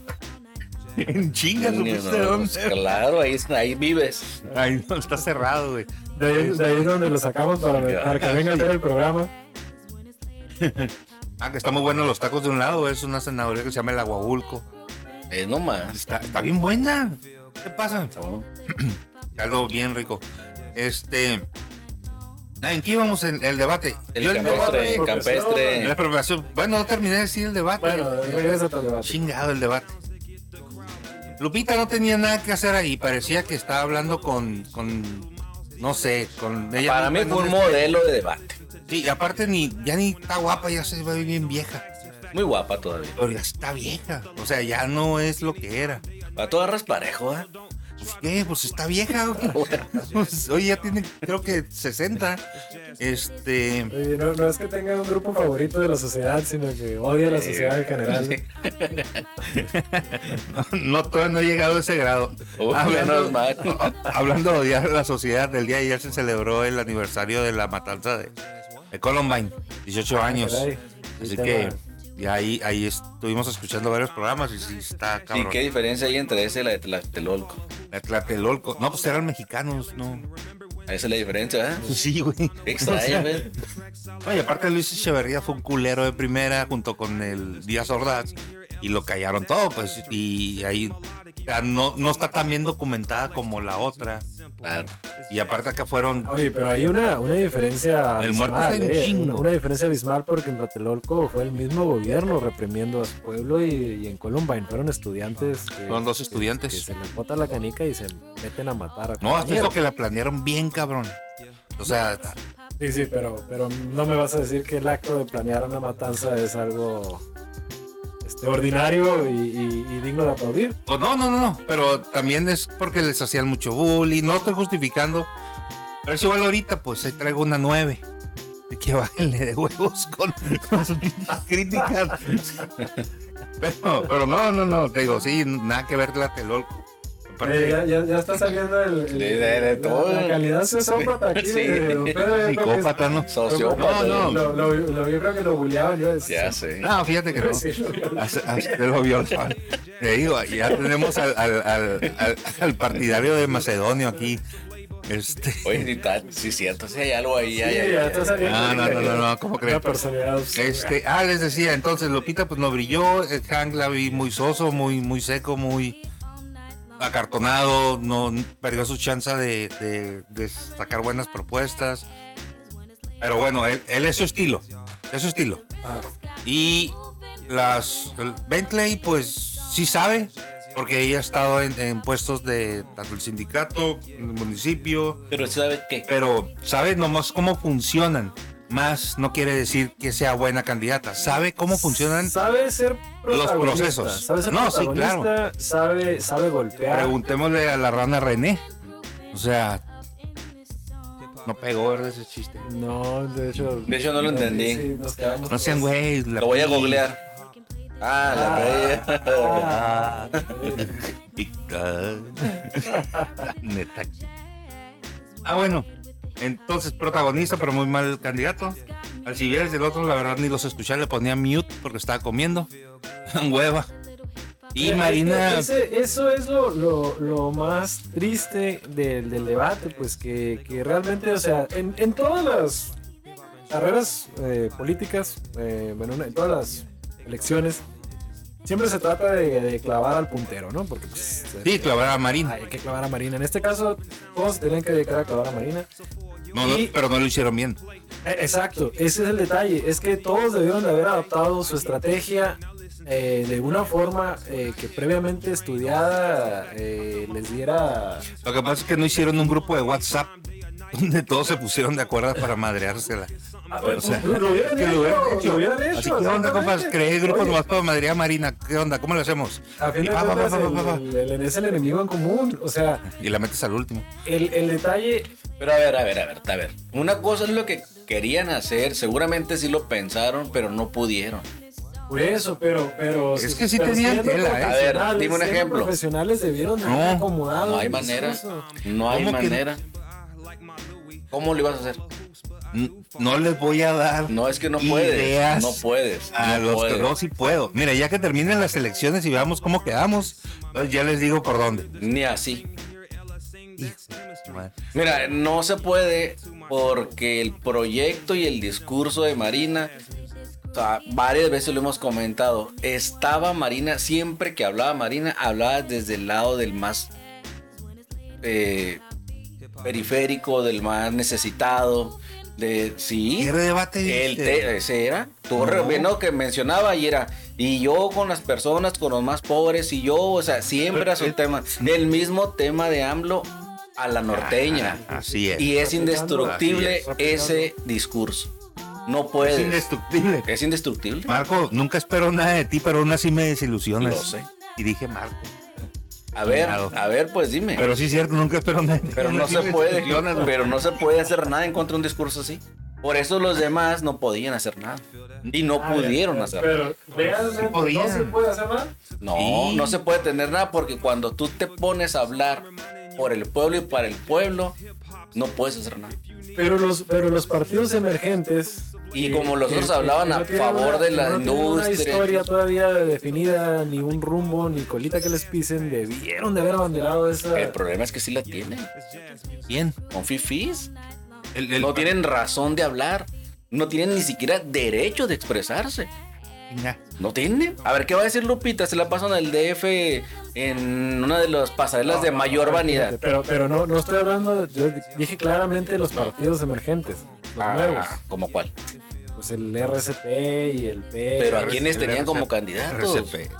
S1: En chinga, supiste
S2: Pues,
S1: dónde.
S2: Claro, ahí, ahí vives.
S1: Ahí no está cerrado, güey.
S3: De ahí, de ahí es donde lo sacamos para, para que venga a ver el programa.
S1: Ah, que está muy bueno los tacos de un lado. Es una cenaduría que se llama el Aguabulco.
S2: Es nomás.
S1: Está, está bien buena. ¿Qué pasa?
S2: ¿no?
S1: Algo bien rico. Este. ah, ¿En qué íbamos en el debate?
S2: El
S1: Yo
S2: campestre,
S1: debate-
S2: el campestre.
S1: La preparación. Bueno, no terminé de decir el debate.
S3: Bueno, regresa tu debate.
S1: Chingado el debate. Lupita no tenía nada que hacer ahí. Parecía que estaba hablando con. con no sé, con ella.
S2: Para mí fue un
S1: no-
S2: modelo de debate.
S1: Sí, y aparte ni, ya ni está guapa, ya se ve bien vieja.
S2: Muy guapa todavía.
S1: Pero ya está vieja. O sea, ya no es lo que era.
S2: A todas agarras parejo, ¿eh?
S1: Pues qué, pues está vieja, güey. Pues, hoy ya tiene, creo que 60. Este.
S3: Oye, no, no es que tenga un grupo favorito de la sociedad, sino que odia a la sociedad en general.
S1: No, todavía no he llegado a ese grado.
S2: Uy, menos mal.
S1: hablando de odiar a la sociedad, el día de ayer se celebró el aniversario de la matanza de, de Columbine, 18 años.
S3: Caray,
S1: Así
S3: el tema.
S1: que y ahí, ahí estuvimos escuchando varios programas y sí está
S2: ¿Y
S1: cabrón.
S2: qué diferencia hay entre ese y la de Tlatelolco?
S1: La Tlatelolco. No, pues eran mexicanos, no.
S2: Esa es la diferencia, ¿eh?
S1: Pues Sí, güey.
S2: Qué Extraña, ¿ves?
S1: Oye, aparte Luis Echeverría fue un culero de primera junto con el Díaz Ordaz y lo callaron todo, pues, y ahí o sea, no, no está tan bien documentada como la otra. Claro. Y aparte acá fueron
S3: Oye, pero hay una, una diferencia
S1: El muerto está
S3: abismal,
S1: en
S3: ¿eh?
S1: chingo.
S3: Una, una diferencia abismal porque en Tlatelolco fue el mismo gobierno reprimiendo a su pueblo y, y en Columbine fueron estudiantes. que-
S1: Fueron dos
S3: que-
S1: estudiantes.
S3: Que, se les bota la canica y se meten a matar a
S1: No, hasta eso
S3: compañeros.
S1: que la planearon bien, cabrón. O sea,
S3: Sí, sí, pero, pero no me vas a decir que el acto de planear una matanza es algo este, ordinario y, y- y digno de aplaudir.
S1: o Pues no, no, no, no. Pero también es porque les hacían mucho bullying. No estoy justificando. Pero es igual ahorita, pues ahí traigo una 9. Y Que bajenle de huevos con con sus mismas críticas. Pero, pero no, no, no. Te digo, sí, nada que ver Tlatelolco.
S3: Eh, ya, ya- ya está saliendo el, el-
S2: Sí, de- de
S3: la-
S2: todo.
S3: La, calidad sociópata aquí.
S2: Sí.
S3: de- de don Pedro, yo creo que es-
S1: Psicópata, ¿no?
S2: Sociópata.
S1: No, no.
S3: Lo, lo, lo- yo creo que lo buleaban yo. es-
S2: Ya sé.
S1: No, fíjate que no.
S3: Sí, lo buleaban.
S1: Hasta- hasta lo violaban. Te digo, ya tenemos al, al- al- al- al partidario de Macedonio aquí. Este.
S2: Oye, sí, tal, sí, cierto, sí hay algo ahí.
S3: Sí,
S2: hay- hay-
S3: ya está saliendo.
S1: Ah, No, no, no, no, no, ¿cómo crees?
S3: Una personalidad oscura.
S1: Este, ah, les decía, entonces Lupita pues no brilló, el Hank la vi muy soso, muy, muy seco, muy acartonado, no perdió su chance de, de- de sacar buenas propuestas. Pero bueno, él, él es su estilo, es su estilo.
S3: Ah,
S1: Y las el Bentley, pues sí sabe, porque ella ha estado en, en puestos de tanto el sindicato, el municipio,
S2: Pero sí sabe que
S1: pero sabe nomás cómo funcionan. Más no quiere decir que sea buena candidata, sabe cómo funcionan.
S3: Sabe ser protagonista,
S1: procesos.
S3: Sabe ser
S1: No, sí,
S3: protagonista, Sabe, sabe golpear.
S1: Preguntémosle a la rana René. O sea, no pegó ¿verdad? ese chiste.
S3: No, de hecho.
S2: De hecho, no lo entendí.
S3: Sí, nos quedamos
S1: No sean
S3: todos-
S1: güey. la-
S2: lo voy a googlear. Ah, la rey.
S3: Ah,
S1: Pica. Neta. Ah, bueno. Entonces, protagonista, pero muy mal candidato. Al Civiles del otro, la verdad, ni los escuché, le ponía mute porque estaba comiendo. Hueva. Y
S3: eh,
S1: Marina.
S3: ese- eso es lo, lo- lo más triste del, del debate, pues que, que realmente, o sea, en, en todas las carreras eh, políticas, eh, bueno, en todas las elecciones, siempre se trata de, de clavar al puntero, ¿no? Porque pues,
S1: Sí, clavar a Marina.
S3: hay que clavar a Marina. En este caso, todos tenían que dedicar a clavar a Marina.
S1: No, no, pero no lo hicieron bien.
S3: Eh, Exacto, ese es el detalle. Es que todos debieron de haber adaptado su estrategia eh, de una forma eh, que previamente estudiada eh, les diera.
S1: Lo que pasa es que no hicieron un grupo de WhatsApp donde todos se pusieron de acuerdo para madreársela. O sea,
S3: lo hubieran
S1: que lo hubieran
S3: hecho,
S1: hecho.
S3: lo hubieran hecho,
S1: Así, ¿Qué onda, compas?
S3: exactamente.
S1: Creé grupos Ah,
S3: Oye,
S1: nomás para madrear a Marina. ¿Qué onda? ¿Cómo lo hacemos?
S3: A fin de
S1: Pa, pa, pa,
S3: cuentas,
S1: pa, pa, pa.
S3: el- el- el- es el enemigo en común. O sea,
S1: Y la metes al último.
S3: el, el detalle.
S2: Pero a ver, a ver, a ver, a ver. Una cosa es lo que querían hacer, seguramente sí lo pensaron, pero no pudieron.
S3: Por eso, pero. pero
S1: Es que sí
S3: pero
S1: tenían
S3: siendo
S1: tela, ¿eh?
S2: A ver,
S3: profesionales,
S2: dime un
S3: siendo
S2: ejemplo.
S3: profesionales debieron de
S1: No,
S3: haber
S1: Ah,
S3: acomodado.
S2: No hay
S3: el
S2: manera.
S3: discurso.
S2: No hay
S1: ¿Cómo que no?
S2: manera. ¿Cómo lo ibas a hacer?
S1: N- No les voy a dar
S2: No, es que no
S1: Ideas
S2: puedes. No puedes.
S1: a
S2: no
S1: los
S2: puedes.
S1: que no sí puedo. Mira, ya que terminen las elecciones y veamos cómo quedamos, pues ya les digo por dónde.
S2: Ni así.
S1: Hijo de su madre.
S2: Mira, no se puede porque el proyecto y el discurso de Marina, o sea, varias veces lo hemos comentado, estaba Marina, siempre que hablaba Marina, hablaba desde el lado del más eh, periférico, del más necesitado, de sí.
S1: Cierre debate.
S2: El
S1: dice.
S2: te- ese era,
S1: Este,
S2: tú
S1: No.
S2: re- bueno, que mencionaba y era, y yo con las personas, con los más pobres, y yo, o sea, siempre era su tema. El mismo tema de AMLO a la norteña.
S1: Ah, Así es.
S2: Y es indestructible
S1: Así
S2: ese discurso. No puede.
S1: es indestructible.
S2: Es indestructible.
S1: Marco, nunca espero nada de ti, pero aún así me desilusionas.
S2: Lo sé.
S1: Y dije Marco.
S2: A ver,
S1: Claro.
S2: a ver, pues dime. Pero,
S1: Ah, Pero sí es cierto, nunca espero nada de ti. aún
S2: no
S1: así
S2: se
S1: me
S2: puede,
S1: desilusionas, güey.
S2: pero no se puede hacer nada en contra de un discurso así. Por eso los demás no podían hacer nada. Y no
S1: Ah,
S3: A ver,
S2: pudieron hacerlo.
S3: Pero realmente no
S1: podían.
S3: se puede hacer nada.
S2: No,
S1: Sí.
S2: no se puede tener nada porque cuando tú te pones a hablar por el pueblo y para el pueblo, no puedes hacer nada.
S3: Pero los, pero los partidos emergentes.
S2: Y
S3: que-
S2: como los
S3: que-
S2: otros
S3: que-
S2: hablaban
S3: que no
S2: a
S3: tienen
S2: favor
S3: una-
S2: de
S3: que
S2: la
S3: no tienen
S2: industria.
S3: Una historia todavía definida, ni un rumbo, ni colita que les pisen, debieron de haber abanderado esa.
S2: El problema es que sí la tienen.
S1: ¿Quién?
S2: Con fifís.
S1: El- el-
S2: No tienen razón de hablar. No tienen ni siquiera derecho de expresarse.
S1: Venga.
S2: No tiene. A ver, ¿qué va a decir Lupita? Se la pasan al DF en una de las pasarelas de mayor vanidad.
S3: Pero, pero no, no estoy hablando, yo dije claramente los partidos emergentes, los nuevos,
S2: Ah, ¿Como cuál?
S3: pues el RCP y el P.
S2: Pero a quiénes tenían como candidatos.
S1: RCP.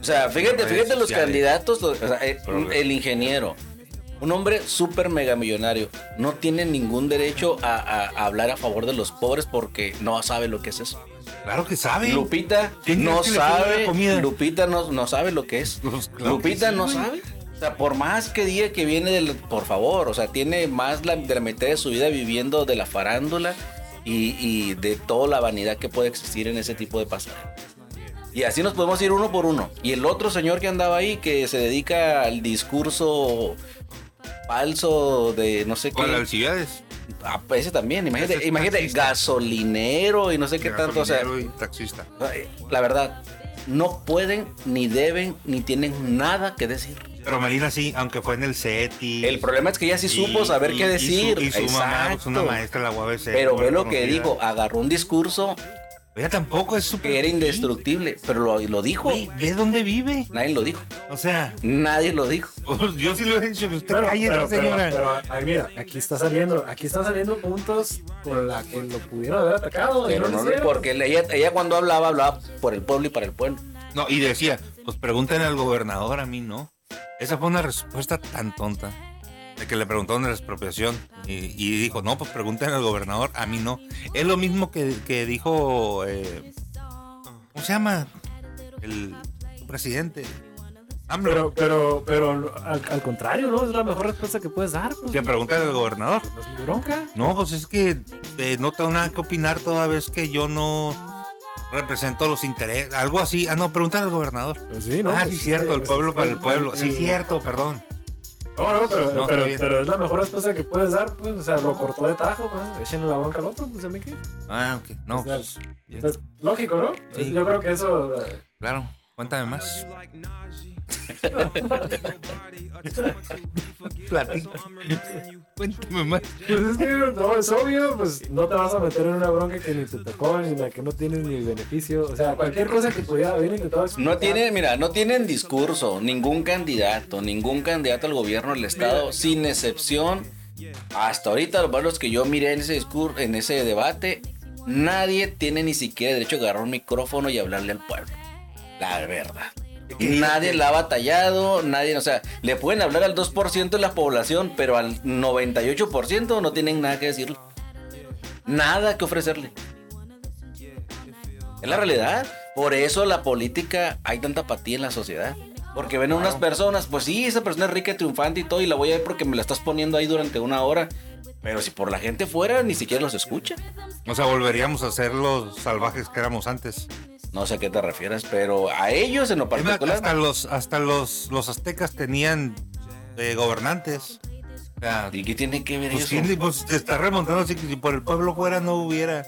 S2: O sea, fíjate,
S1: Redes
S2: fíjate los
S1: sociales.
S2: candidatos, los- o sea, eh, un- el ingeniero, un hombre súper mega millonario, no tiene ningún derecho a, a- a hablar a favor de los pobres porque no sabe lo que es eso.
S1: Claro que saben.
S2: Lupita
S1: ¿Quién
S2: no
S1: crees que le pone la
S2: sabe,
S1: comida?
S2: Lupita no, no sabe lo que es.
S1: Pues, claro
S2: Lupita
S1: que sí,
S2: no
S1: güey.
S2: sabe. O sea, por más que diga que viene del, por favor, o sea, tiene más la- de la mitad de su vida viviendo de la farándula y, y de toda la vanidad que puede existir en ese tipo de pasar. Y así nos podemos ir uno por uno. Y el otro señor que andaba ahí, que se dedica al discurso falso de no sé qué.
S1: Con Alcibiades.
S2: Ah, ese también, imagínate,
S1: Ese es
S2: imagínate,
S1: taxista.
S2: gasolinero y no sé qué tanto. O sea,
S1: Gasolinero y taxista.
S2: la verdad, no pueden, ni deben, ni tienen nada que decir.
S1: Pero Melina sí, aunque fue en el SETI.
S2: El problema es que ella sí supo
S1: y-
S2: saber
S1: y-
S2: qué decir.
S1: Y su, y su mamá pues, una
S2: Exacto.
S1: maestra de la UABC.
S2: Pero
S1: muy
S2: ve lo que
S1: reconocida.
S2: dijo, agarró un discurso
S1: Ella tampoco es súper.
S2: que era indestructible, pero lo, lo dijo.
S1: Güey, Ve dónde vive.
S2: Nadie lo dijo,
S1: O sea,
S2: nadie lo dijo.
S1: pues, yo sí lo he dicho. pero Usted
S3: Pero,
S1: cállese,
S3: pero, pero,
S1: señora.
S3: pero, ay, mira, aquí está saliendo, aquí están saliendo puntos por la que lo pudieron haber atacado. y
S2: Pero
S3: lo
S2: no,
S3: hicieron.
S2: porque ella, ella cuando hablaba, hablaba por el pueblo y para el pueblo.
S1: No, y decía, pues pregúntenle al gobernador, a mí no. Esa fue una respuesta tan tonta. De que le preguntaron de la expropiación. Y, y dijo, no, pues pregúntenle al gobernador, a mí no. Es lo mismo que, que dijo. eh, ¿Cómo se llama? El su presidente. Ah, AMLO.
S3: Pero, pero, pero al, al contrario, ¿no? Es la mejor respuesta que puedes dar. Pues.
S1: que pregúntenle al gobernador.
S3: No es mi bronca.
S1: No, pues es que eh, no tengo nada que opinar toda vez que yo no represento los intereses. Algo así. Ah, no, pregúntale al gobernador.
S3: Pues sí, ¿no?
S1: ah,
S3: Pues,
S1: sí, cierto, el
S3: pues,
S1: pueblo para
S3: pues,
S1: el pueblo. Sí,
S3: pues,
S1: cierto, perdón.
S3: No, no, pero,
S1: No,
S3: pero,
S1: está bien.
S3: pero es la mejor respuesta que puedes dar, pues, o sea, lo cortó de tajo, pues, échenle la bronca al otro, pues, a mí qué.
S1: Ah, ok. No,
S3: O sea,
S1: pues, ya,
S3: Pues, lógico, ¿no?
S1: Sí.
S3: Yo creo que eso... eh,
S1: claro. Cuéntame más. Platica. Cuéntame más.
S3: Pues es que, no, es obvio, pues, no te vas a meter en una bronca que ni te tocó, ni en la que no tienes ni beneficio, o sea, cualquier cosa que pudiera haber intentado
S2: Pues,
S3: explicar.
S2: No tienen, mira, no tienen discurso, ningún candidato, ningún candidato al gobierno del estado, sin excepción. Hasta ahorita los malos que yo miré en ese discurso, en ese debate, nadie tiene ni siquiera derecho a agarrar un micrófono y hablarle al pueblo. La verdad. Nadie la ha batallado, nadie, o sea, le pueden hablar al 2% de la población, pero al 98% no tienen nada que decirle. Nada que ofrecerle. Es la realidad. Por eso la política, hay tanta apatía en la sociedad. Porque ven a unas personas, pues sí, esa persona es rica, triunfante y todo, y la voy a ver porque me la estás poniendo ahí durante una hora. Pero si por la gente fuera, ni siquiera los escucha.
S1: O sea, volveríamos a ser los salvajes que éramos antes.
S2: No sé a qué te refieres, pero a ellos en lo
S1: Es más,
S2: particular.
S1: Hasta los, hasta los, los aztecas tenían eh, gobernantes. O sea,
S2: ¿Y qué tiene que ver
S1: Pues,
S2: eso?
S1: sí, pues, te está remontando así que si por el pueblo fuera no hubiera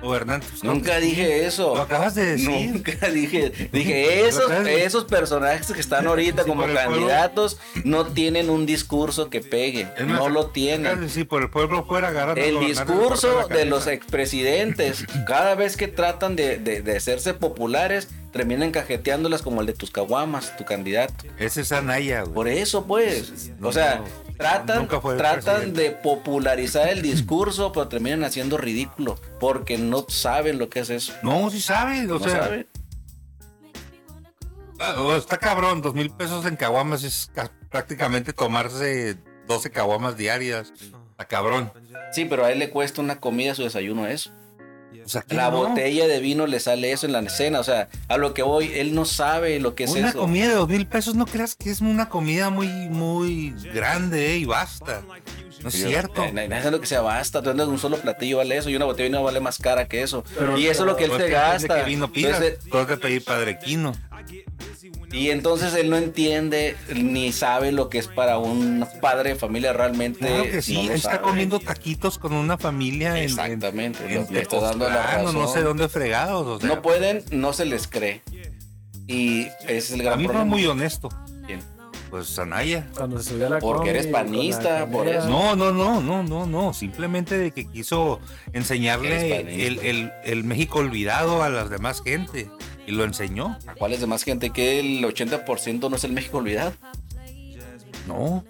S1: gobernantes. Pues, no,
S2: Nunca dije eso.
S1: Lo acabas de decir.
S2: Nunca dije. Dije, esos,
S1: Lo acabas de-
S2: esos personajes que están ahorita
S1: Sí,
S2: como
S1: por el pueblo.
S2: candidatos no tienen un discurso que pegue.
S1: Es más,
S2: No lo
S1: acabas de
S2: tienen.
S1: decir, por el pueblo fuera agarrando
S2: El
S1: gobernantes
S2: discurso
S1: por la
S2: de los
S1: cabeza.
S2: expresidentes, cada vez que tratan de, de- de hacerse populares, terminan cajeteándolas como el de tus caguamas, tu candidato.
S1: Ese es Anaya, güey.
S2: Por eso, pues. O sea,
S1: No,
S2: tratan,
S1: nunca fue
S2: tratan
S1: presidente.
S2: de popularizar el discurso, pero terminan haciendo ridículo, porque no saben lo que es eso.
S1: No, sí sabe, o
S2: No
S1: sea,
S2: saben.
S1: ah, o está cabrón, dos mil pesos en caguamas es ca- prácticamente tomarse 12 caguamas diarias. Está cabrón.
S2: Sí, pero a él le cuesta una comida su desayuno eso.
S1: O sea, ¿qué
S2: La
S1: Pues no?
S2: botella de vino le sale eso en la cena. O sea, a lo que voy, él no sabe lo que es
S1: una
S2: eso.
S1: comida de dos mil pesos no creas que es una comida muy, muy grande eh, y basta. No es
S2: Yo-
S1: cierto.
S2: eh, Nadie sabe lo que sea, basta. Tú andas un solo platillo vale eso y una botella de vino vale más cara que eso.
S3: Pero-
S2: y eso es lo que él
S1: Pues
S2: se
S1: que depende
S2: gasta.
S1: qué vino pidas.
S2: Entonces,
S1: Tengo que pedir padre quino.
S2: y entonces él no entiende ni sabe lo que es para un padre de familia realmente.
S1: Claro que
S2: no
S1: sí,
S2: lo
S1: él está
S2: sabe.
S1: comiendo taquitos con una familia en- en-
S2: Exactamente,
S1: en,
S2: lo- le está dando la
S1: Tepoztlán o no
S2: razón.
S1: sé dónde fregados. o sea,
S2: No pueden, no se les cree. Y ese es el
S1: a
S2: gran
S1: mí fue
S2: problema.
S1: muy honesto.
S2: Bien.
S1: Pues Anaya.
S3: Cuando se subió a la
S2: Porque eres
S3: combi con la
S2: panista, por
S3: canela.
S2: eso.
S1: No, no, no, no, no, no. Simplemente de que quiso enseñarle
S2: Eres panista.
S1: el, el- el México olvidado a las demás gente. Y lo enseñó.
S2: ¿A cuáles demás gente? Que el 80% no es el México olvidado.
S1: No.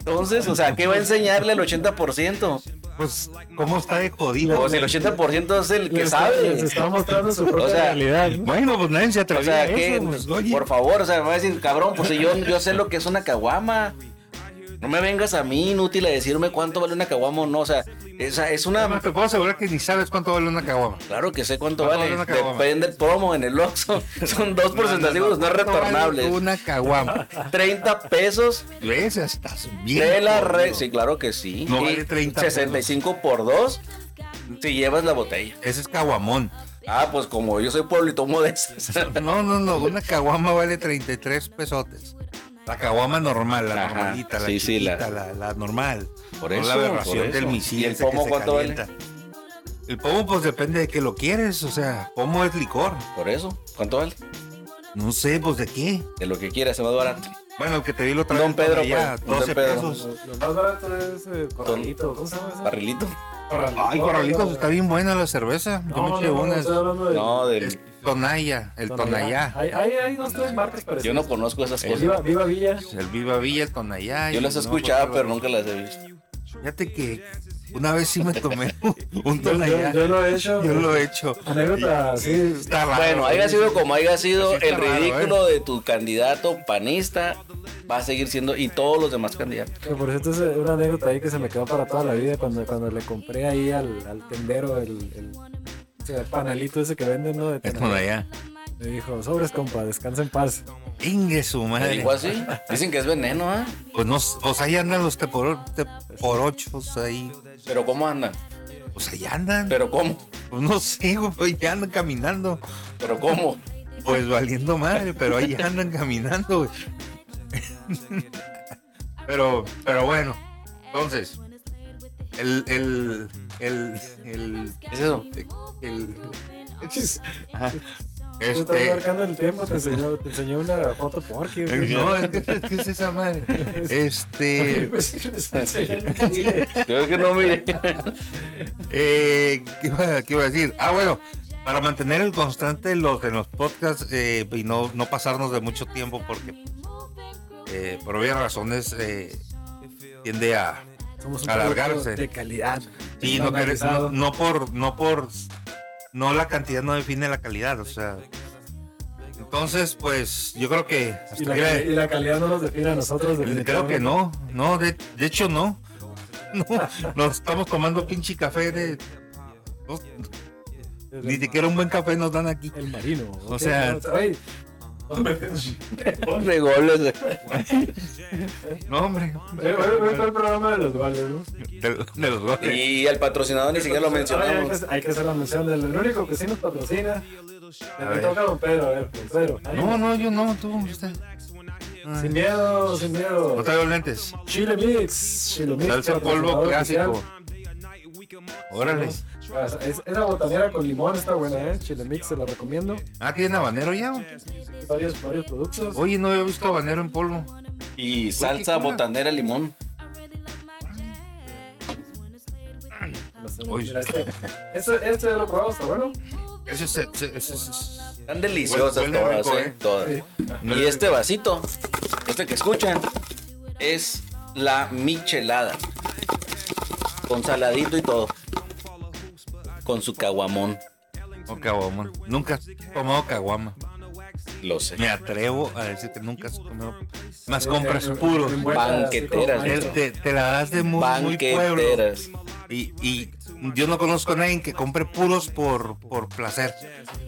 S2: Entonces, o sea, ¿qué va a enseñarle el 80%?
S1: Pues, ¿cómo está de jodido?
S2: O sea, el 80% es el que
S3: Les- Les
S2: sabe.
S3: está mostrando su propia
S2: sea,
S3: realidad. ¿no?
S1: Bueno, pues nadie se
S2: O
S1: atrevió a
S2: sea, que,
S1: eso. pues, oye.
S2: por favor, o sea, me va a decir, cabrón, pues si yo, yo sé lo que es una caguama. No me vengas a mí inútil a decirme cuánto vale una caguama o no. O sea, esa es una.
S1: Además, te puedo asegurar que ni sabes cuánto vale una caguama.
S2: Claro que sé cuánto
S1: ¿Cuánto
S2: vale.
S1: vale una caguama?
S2: Depende el promo en el Oxxo. Son dos porcentativos no
S1: ¿Cuánto vale
S2: retornables.
S1: Una caguama.
S2: 30 pesos
S1: ¿Ves? Estás bien.
S2: de la red.
S1: jodido.
S2: Sí, claro que sí.
S1: No
S2: Y
S1: vale 30 pesos.
S2: 65 por 2 si llevas la botella.
S1: Ese es caguamón.
S2: Ah, pues como yo soy pueblito modesto.
S1: No, no, no. Una caguama vale 33 pesotes. La caguama normal, la
S2: Ajá,
S1: normalita, la,
S2: sí, sí, la-
S1: chiquita, la... la normal.
S2: Por
S1: No
S2: eso,
S1: la
S2: por
S1: aberración
S2: eso.
S1: del misil.
S2: ¿Y el
S1: ese que
S2: pomo
S1: se
S2: cuánto vale?
S1: calienta. El pomo, pues depende de que lo quieres. O sea, pomo es licor.
S2: Por eso, ¿cuánto vale?
S1: No sé, pues de qué.
S2: De lo que quieras, se más barato.
S1: Bueno, el que te vi lo trae
S2: Don Pedro,
S1: ya,
S2: pues, don
S1: 12
S2: Pedro.
S1: pesos.
S3: Lo más barato es eh, corralito. ¿Cómo se llama ese?
S2: Barrilito.
S3: Corralito.
S1: Ay, corralitos, está bien buena la cerveza. Yo me
S3: No, no,
S1: eché
S3: no,
S1: una.
S3: no, estoy hablando de
S2: No, del,
S1: Es Tonaya, el Tonayá.
S3: Hay, hay, hay dos, tres marcas parecidas. Pues
S2: yo no conozco esas
S1: El-
S2: cosas.
S3: Viva, Viva Villa.
S1: El Viva Villa, el Tonayá.
S2: Yo
S1: y
S2: las
S1: no,
S2: escuchaba,
S1: pues,
S2: pero nunca las he visto.
S1: Fíjate que una vez sí me tomé un
S3: Yo,
S1: Tonayá.
S3: yo- yo lo he hecho.
S1: Yo lo he hecho.
S3: Anécdota, sí.
S1: Está raro.
S2: Bueno, haya sido como haya sido,
S1: Así está
S2: el
S1: raro,
S2: ridículo de tu candidato panista va a seguir siendo, y todos los demás candidatos.
S3: Que por cierto es una anécdota ahí que se me quedó para toda la vida cuando, cuando le compré ahí al, al tendero el, el, o sea, el panelito ese que venden, ¿no? De
S1: El
S3: Tonayán.
S1: Tonayá.
S3: Me dijo, sobres compa, descansa en paz.
S1: Ingue su
S2: Me
S1: madre.
S2: dijo así. Dicen que es veneno, ¿ah?
S1: Pues, no, pues ahí andan los teporo- teporochos ahí.
S2: Pero ¿cómo andan?
S1: Pues ahí andan.
S2: Pero ¿cómo?
S1: Pues no sé, güey, pues ahí andan caminando.
S2: Pero ¿cómo?
S1: Pues valiendo madre, pero ahí andan caminando, güey. Pero, pero bueno, entonces, el, el, el, el,
S2: ¿Qué es eso?
S1: el- ajá,
S3: Yo estaba
S1: este,
S3: marcando el tiempo, te enseñó, te enseñó una foto porque.
S1: no, es que- es que es esa madre? Este,
S3: pues,
S2: Yo es que no mire.
S1: eh, ¿qué, iba, qué iba a decir? Ah, bueno, para mantener el constante en los, en los podcasts eh, y no, no pasarnos de mucho tiempo porque eh, por obvias razones eh, tiende a,
S3: Somos un
S1: Alargarse.
S3: producto De calidad.
S1: Sí, no, querés- no,
S3: Normalizado.
S1: no por, no por, no la cantidad no define la calidad, o sea. Entonces, pues, yo creo que,
S3: Y
S1: hasta
S3: la,
S1: aquí la-
S3: y la calidad no nos define a nosotros.
S1: Pues, creo que no,
S3: definitivamente.
S1: no, de, de hecho no. No, nos estamos tomando pinche café de, no, ni siquiera un buen café nos dan aquí.
S3: El marino.
S1: O sea-
S3: Oye,
S2: Hombre, goles.
S1: No, hombre,
S3: Ve ve- ve el programa de los vales, ¿no?
S1: de, de los goles.
S2: Y al patrocinador ni siquiera lo
S3: Ay, hay
S2: mencionamos.
S3: que- Hay que hacer la mención del el único que sí nos patrocina.
S1: A
S3: Le
S1: ver.
S3: toca a don Pedro, a ver, don Pedro. Ahí.
S1: No, no, yo no, tú. usted. Ay,
S3: Sin miedo, sin
S1: No
S3: miedo.
S1: traigo lentes.
S3: Chile Mix. Chile Mix.
S1: Salsa en polvo
S3: patrocinador
S1: clásico.
S3: oficial.
S1: Órale.
S3: Ah, es- Esa botanera con limón está buena, ¿eh? Chile Mix, se la recomiendo.
S1: Ah, ¿tiene habanero ya?
S3: Varios, varios productos.
S1: Oye, no había visto habanero en polvo.
S2: Y salsa
S1: Uy, qué
S2: botanera limón.
S3: Los tenemos.
S1: Uy.
S3: Mira, este, este, este lo probamos, está bueno.
S1: Ese es, ese- ese es-
S2: Están deliciosas
S1: Huele- huele
S2: todas,
S1: rico,
S2: eh,
S1: eh.
S2: todas.
S3: Sí.
S2: Y este vasito, este que escuchan, es la michelada. Con saladito y todo. Con su caguamón.
S1: No, caguamón. Nunca has tomado caguama.
S2: Lo sé.
S1: Me atrevo a decir que nunca has tomado. Más
S3: Sí,
S1: compras
S3: Eh, en- en
S1: puros. ¿eh?
S3: vueltas,
S2: Banqueteras,
S3: así
S1: Te,
S3: como-
S1: te- te la das de muy, muy pueblo.
S2: Banqueteras.
S1: Y, y yo no conozco a nadie que compre puros por, por placer.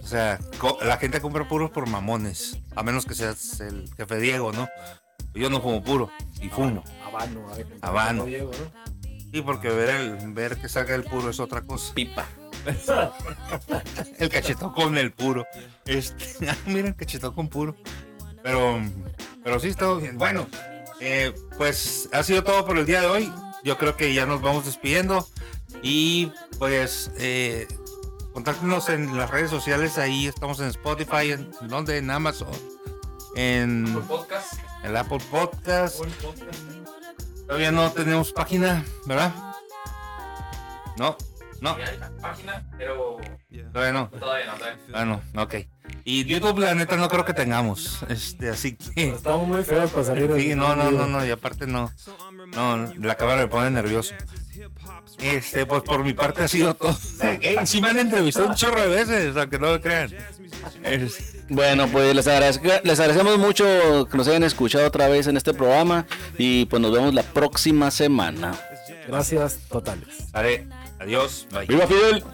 S1: O sea, co- la gente compra puros por mamones. A menos que seas el jefe Diego, ¿no? Yo no fumo puro. Y fumo.
S3: Ah, Habano, a ver.
S1: Habano.
S3: Diego, ¿no?
S1: Sí, porque ver, el, ver que saca el puro es otra cosa.
S2: Pipa.
S1: El cachetón con el puro. Este, ah, mira, el cachetón con puro. Pero, pero sí, está bien. Bueno, eh, pues ha sido todo por el día de hoy. Yo creo que ya nos vamos despidiendo. Y pues, eh, contáctenos en las redes sociales. Ahí estamos en Spotify, en donde, en Amazon, en
S4: Por podcast.
S1: el Apple Podcast. Todavía no tenemos página, ¿verdad? No, no,
S4: Ya hay la página, pero
S1: todavía no.
S4: todavía no. todavía no.
S1: Bueno, ok. Este, Y YouTube, la neta, no creo que tengamos. Este, así que.
S3: Estamos muy feos para salir.
S1: Sí, no, no, no, no, y aparte no. No, la cámara me pone nervioso. Este, pues por mi parte ha sido todo. Eh, sí me han entrevistado un chorro de veces, aunque no lo crean. Es-
S2: Bueno, pues les, agradezca- les agradecemos mucho que nos hayan escuchado otra vez en este programa y pues nos vemos la próxima semana.
S3: Gracias totales.
S1: Vale, adiós, bye.
S2: ¡Viva Fidel!